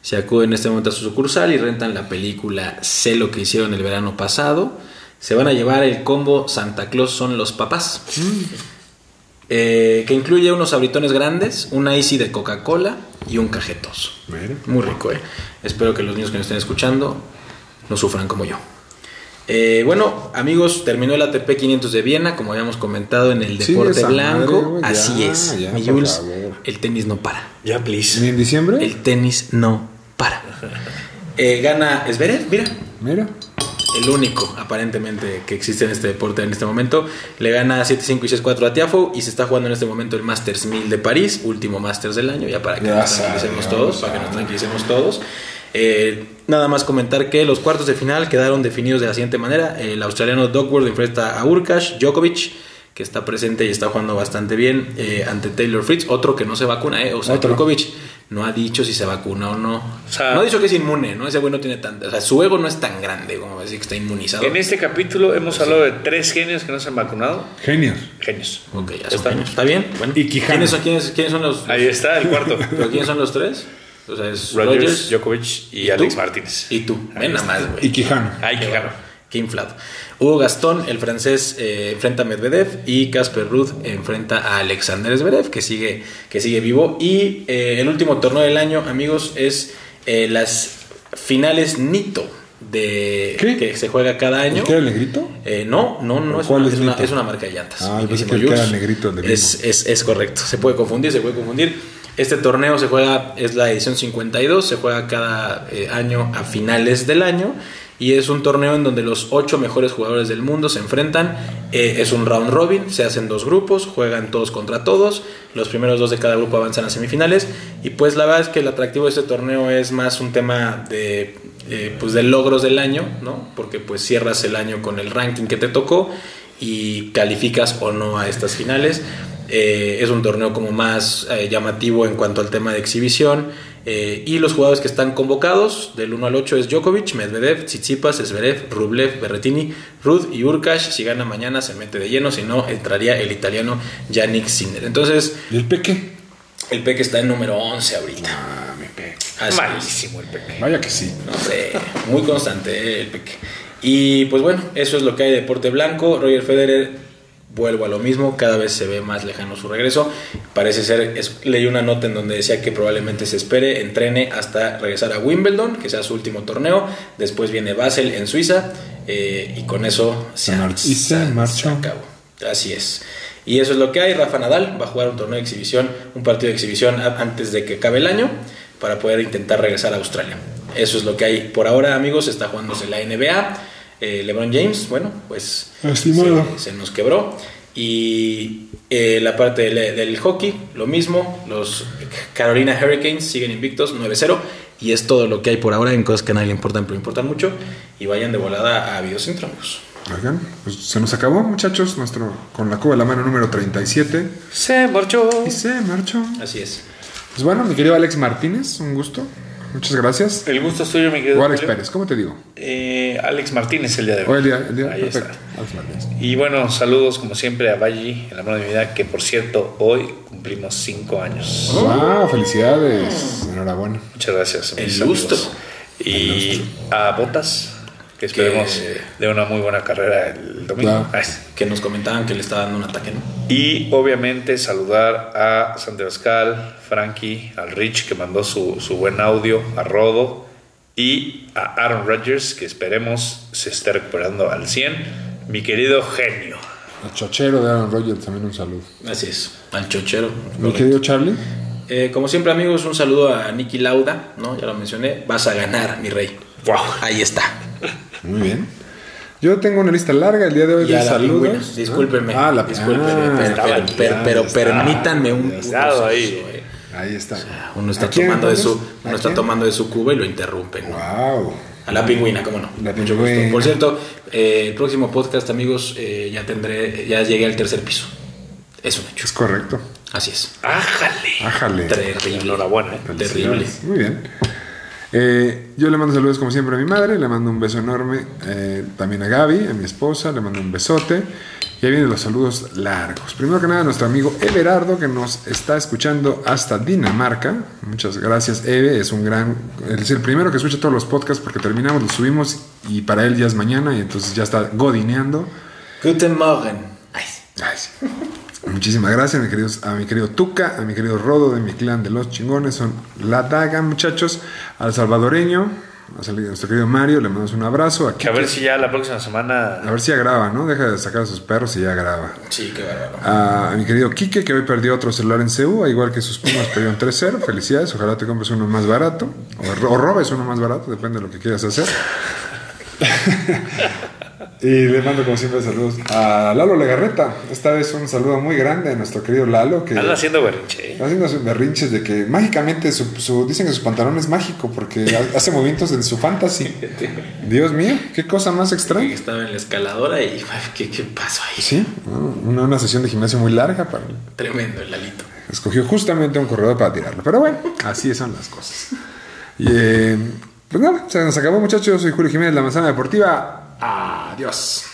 Se acude en este momento a su sucursal y rentan la película Sé lo que hicieron el verano pasado. Se van a llevar el combo Santa Claus son los papás. Eh, que incluye unos abritones grandes, una Easy de Coca-Cola y un cajetoso. Mira. Muy rico, ¿eh? Espero que los niños que nos estén escuchando no sufran como yo. Eh, bueno, amigos, terminó el ATP 500 de Viena, como habíamos comentado en el Sí, Deporte esa Blanco. madre, güey, ya, Así es. ya, Mi por Jules, favor. el tenis no para. Ya, please. ¿Ni en diciembre? El tenis no para. Eh, gana Esverev, mira, Mira. el único aparentemente que existe en este deporte en este momento. Le gana 7-5 y 6-4 a Tiafo y se está jugando en este momento el Masters 1000 de París, último Masters del año, ya para que Ya nos tranquilicemos sabemos, todos, para que nos tranquilicemos todos. Eh, nada más comentar que los cuartos de final quedaron definidos de la siguiente manera. El australiano Duckworth enfrenta a Urkash Djokovic, que está presente y está jugando bastante bien, eh, ante Taylor Fritz, otro que no se vacuna, eh, o sea, Otro. Djokovic no ha dicho si se vacuna o no. O sea- no ha dicho que es inmune, ¿no? Ese güey no tiene tanto, o sea, su ego no es tan grande como decir que está inmunizado. En este capítulo hemos hablado de tres genios que no se han vacunado. Genios. Genios. Ok, ya Ya son está. genios. ¿Está bien? Bueno. Y Quijano. ¿Quiénes son, quiénes, quiénes son los, Ahí está el cuarto. ¿pero quiénes son los tres? O sea, es Rogers, Rogers, Djokovic y, tú? Alex Martínez. y tú. Ven nada más, güey. Y Quijano. Ay, que ganó. Qué inflado. Hugo Gastón, el francés, eh, enfrenta a Medvedev y Casper Ruth enfrenta a Alexander Zverev, que sigue, que sigue vivo. Y eh, el último torneo del año, amigos, es eh, las finales Nito de ¿Qué? que se juega cada año. ¿El que era el negrito? Eh, no, no, no es ¿Cuál una, es es, una, Nito? es una marca de llantas. Ah, yo pensé que Buenísimo, el que era Jules. negrito, el de es, es, es correcto. Se puede confundir, se puede confundir. Este torneo se juega, es la edición 52, se juega cada eh, año a finales del año. Y es un torneo en donde los ocho mejores jugadores del mundo se enfrentan. Eh, es un round robin, se hacen dos grupos, juegan todos contra todos. Los primeros dos de cada grupo avanzan a semifinales. Y pues la verdad es que el atractivo de este torneo es más un tema de, eh, pues de logros del año, ¿no? Porque pues cierras el año con el ranking que te tocó y calificas o no a estas finales. Eh, es un torneo como más eh, llamativo en cuanto al tema de exhibición. Eh, y los jugadores que están convocados del 1 al 8 es Djokovic, Medvedev, Tsitsipas, Zverev, Rublev, Berretini, Ruth y Urkash. Si gana mañana se mete de lleno, si no entraría el italiano Yannick Sinner. Entonces, ¿Y el Peque? el PEC está en número 11 ahorita. Ah, mi Peque. Así es. Malísimo el pequeño. Vaya que sí. No sé, muy constante eh, el peque. Y pues bueno, eso es lo que hay de deporte blanco. Roger Federer, vuelvo a lo mismo, cada vez se ve más lejano su regreso. Parece ser, es- leí una nota en donde decía que probablemente se espere, entrene hasta regresar a Wimbledon, que sea su último torneo. Después viene Basel en Suiza eh, y con eso se, Se mar- y se marchó. acabó. Así es. Y eso es lo que hay. Rafa Nadal va a jugar un torneo de exhibición, un partido de exhibición a- antes de que acabe el año para poder intentar regresar a Australia. Eso es lo que hay. Por ahora, amigos, está jugándose la NBA. Eh, LeBron James, bueno, pues Lastimado. se, se nos quebró. Y eh, la parte del, del hockey, lo mismo. Los Carolina Hurricanes siguen invictos, 9-0. Y es todo lo que hay por ahora en cosas que a nadie le importan, pero importan mucho. Y vayan de volada a Videos Intrónicos. Oigan, pues se nos acabó, muchachos, nuestro con la cuba de la mano número 37. Se marchó. Y se marchó. Así es. Pues bueno, mi querido Alex Martínez, un gusto. Muchas gracias. El gusto es tuyo, mi querido. O Alex Julio. Pérez, ¿cómo te digo? Eh, Alex Martínez el día de hoy. Hoy el día, el día. Ahí perfecto. está. Alex Martínez. Y bueno, saludos como siempre a Valle, el amor de mi vida, que por cierto, hoy cumplimos cinco años. Wow, felicidades. Enhorabuena. Muchas gracias. mis El lustro. amigos. Y a Botas, que esperemos Que- de una muy buena carrera el domingo. Claro. Ay, sí. que nos comentaban que le estaba dando un ataque, ¿no? Y obviamente saludar a Santi Pascal, Frankie, al Rich que mandó su, su buen audio, a Rodo y a Aaron Rodgers que esperemos se esté recuperando al 100. Mi querido genio. El chochero de Aaron Rodgers, también un saludo. Así es, al chochero. Mi querido Charlie, Eh, como siempre, amigos, un saludo a Nicky Lauda, ¿no? Ya lo mencioné. Vas a ganar, mi rey. ¡Wow! Ahí está. muy bien. Yo tengo una lista larga el día de hoy Y de a la saludos. pingüina. Discúlpenme. Ah, la Discúlpenme, Ah, pero, estaba pero- ya, pero- ya pero está. permítanme un. Cuidado ahí. proceso, eh. Ahí está. Uno está ¿A quién, tomando de su, entonces? ¿A uno está quién? tomando de su cuba y lo interrumpen. ¿no? Wow. A la pingüina, cómo no. La Mucho pingüina. gusto. Por cierto, eh, el próximo podcast, amigos, eh, ya tendré, ya llegué al tercer piso. Es un hecho. Es correcto. Así es. ¡Ájale! Ájale. Terrible. Enhorabuena, ¿eh? Terrible. Muy bien. Eh, yo le mando saludos como siempre a mi madre, le mando un beso enorme eh, también a Gaby, a mi esposa, le mando un besote. Y ahí vienen los saludos largos. Primero que nada, nuestro amigo Everardo, que nos está escuchando hasta Dinamarca. Muchas gracias, Eve. Es un gran. Es el primero que escucha todos los podcasts porque terminamos, los subimos y para él ya es mañana y entonces ya está godineando. Guten Morgen. Ay, Ay, sí. Muchísimas gracias, mi queridos- a mi querido Tuca, a mi querido Rodo de mi clan de los chingones, son la daga, muchachos, al salvadoreño, a sal- a nuestro querido Mario, le mandamos un abrazo. A, Que a Kike. ver si ya la próxima A semana... ver si ya graba, ¿no? Deja de sacar a sus perros y ya graba. Sí, qué bárbaro. A, a mi querido Quique, que hoy perdió otro celular en CU, al igual que sus pumas perdieron 3-0. Felicidades, ojalá te compres uno más barato, o, ro- o robes uno más barato, depende de lo que quieras hacer. Y le mando como siempre saludos a Lalo Legarreta. Esta vez un saludo muy grande a nuestro querido Lalo que Anda haciendo berrinche. ¿eh? está haciendo sus berrinches de que mágicamente su, su- dicen que su pantalón es mágico porque ha- hace movimientos en su fantasy. Dios mío, qué cosa más Que extraña. Estaba en la escaladora y güey, ¿qué, qué pasó ahí? Sí, una, una sesión de gimnasio muy larga para Tremendo el alito. escogió justamente un corredor para tirarlo. Pero bueno, así son las cosas. Y eh, pues nada, se nos acabó muchachos. Soy Julio Jiménez, La Manzana Deportiva. Adiós.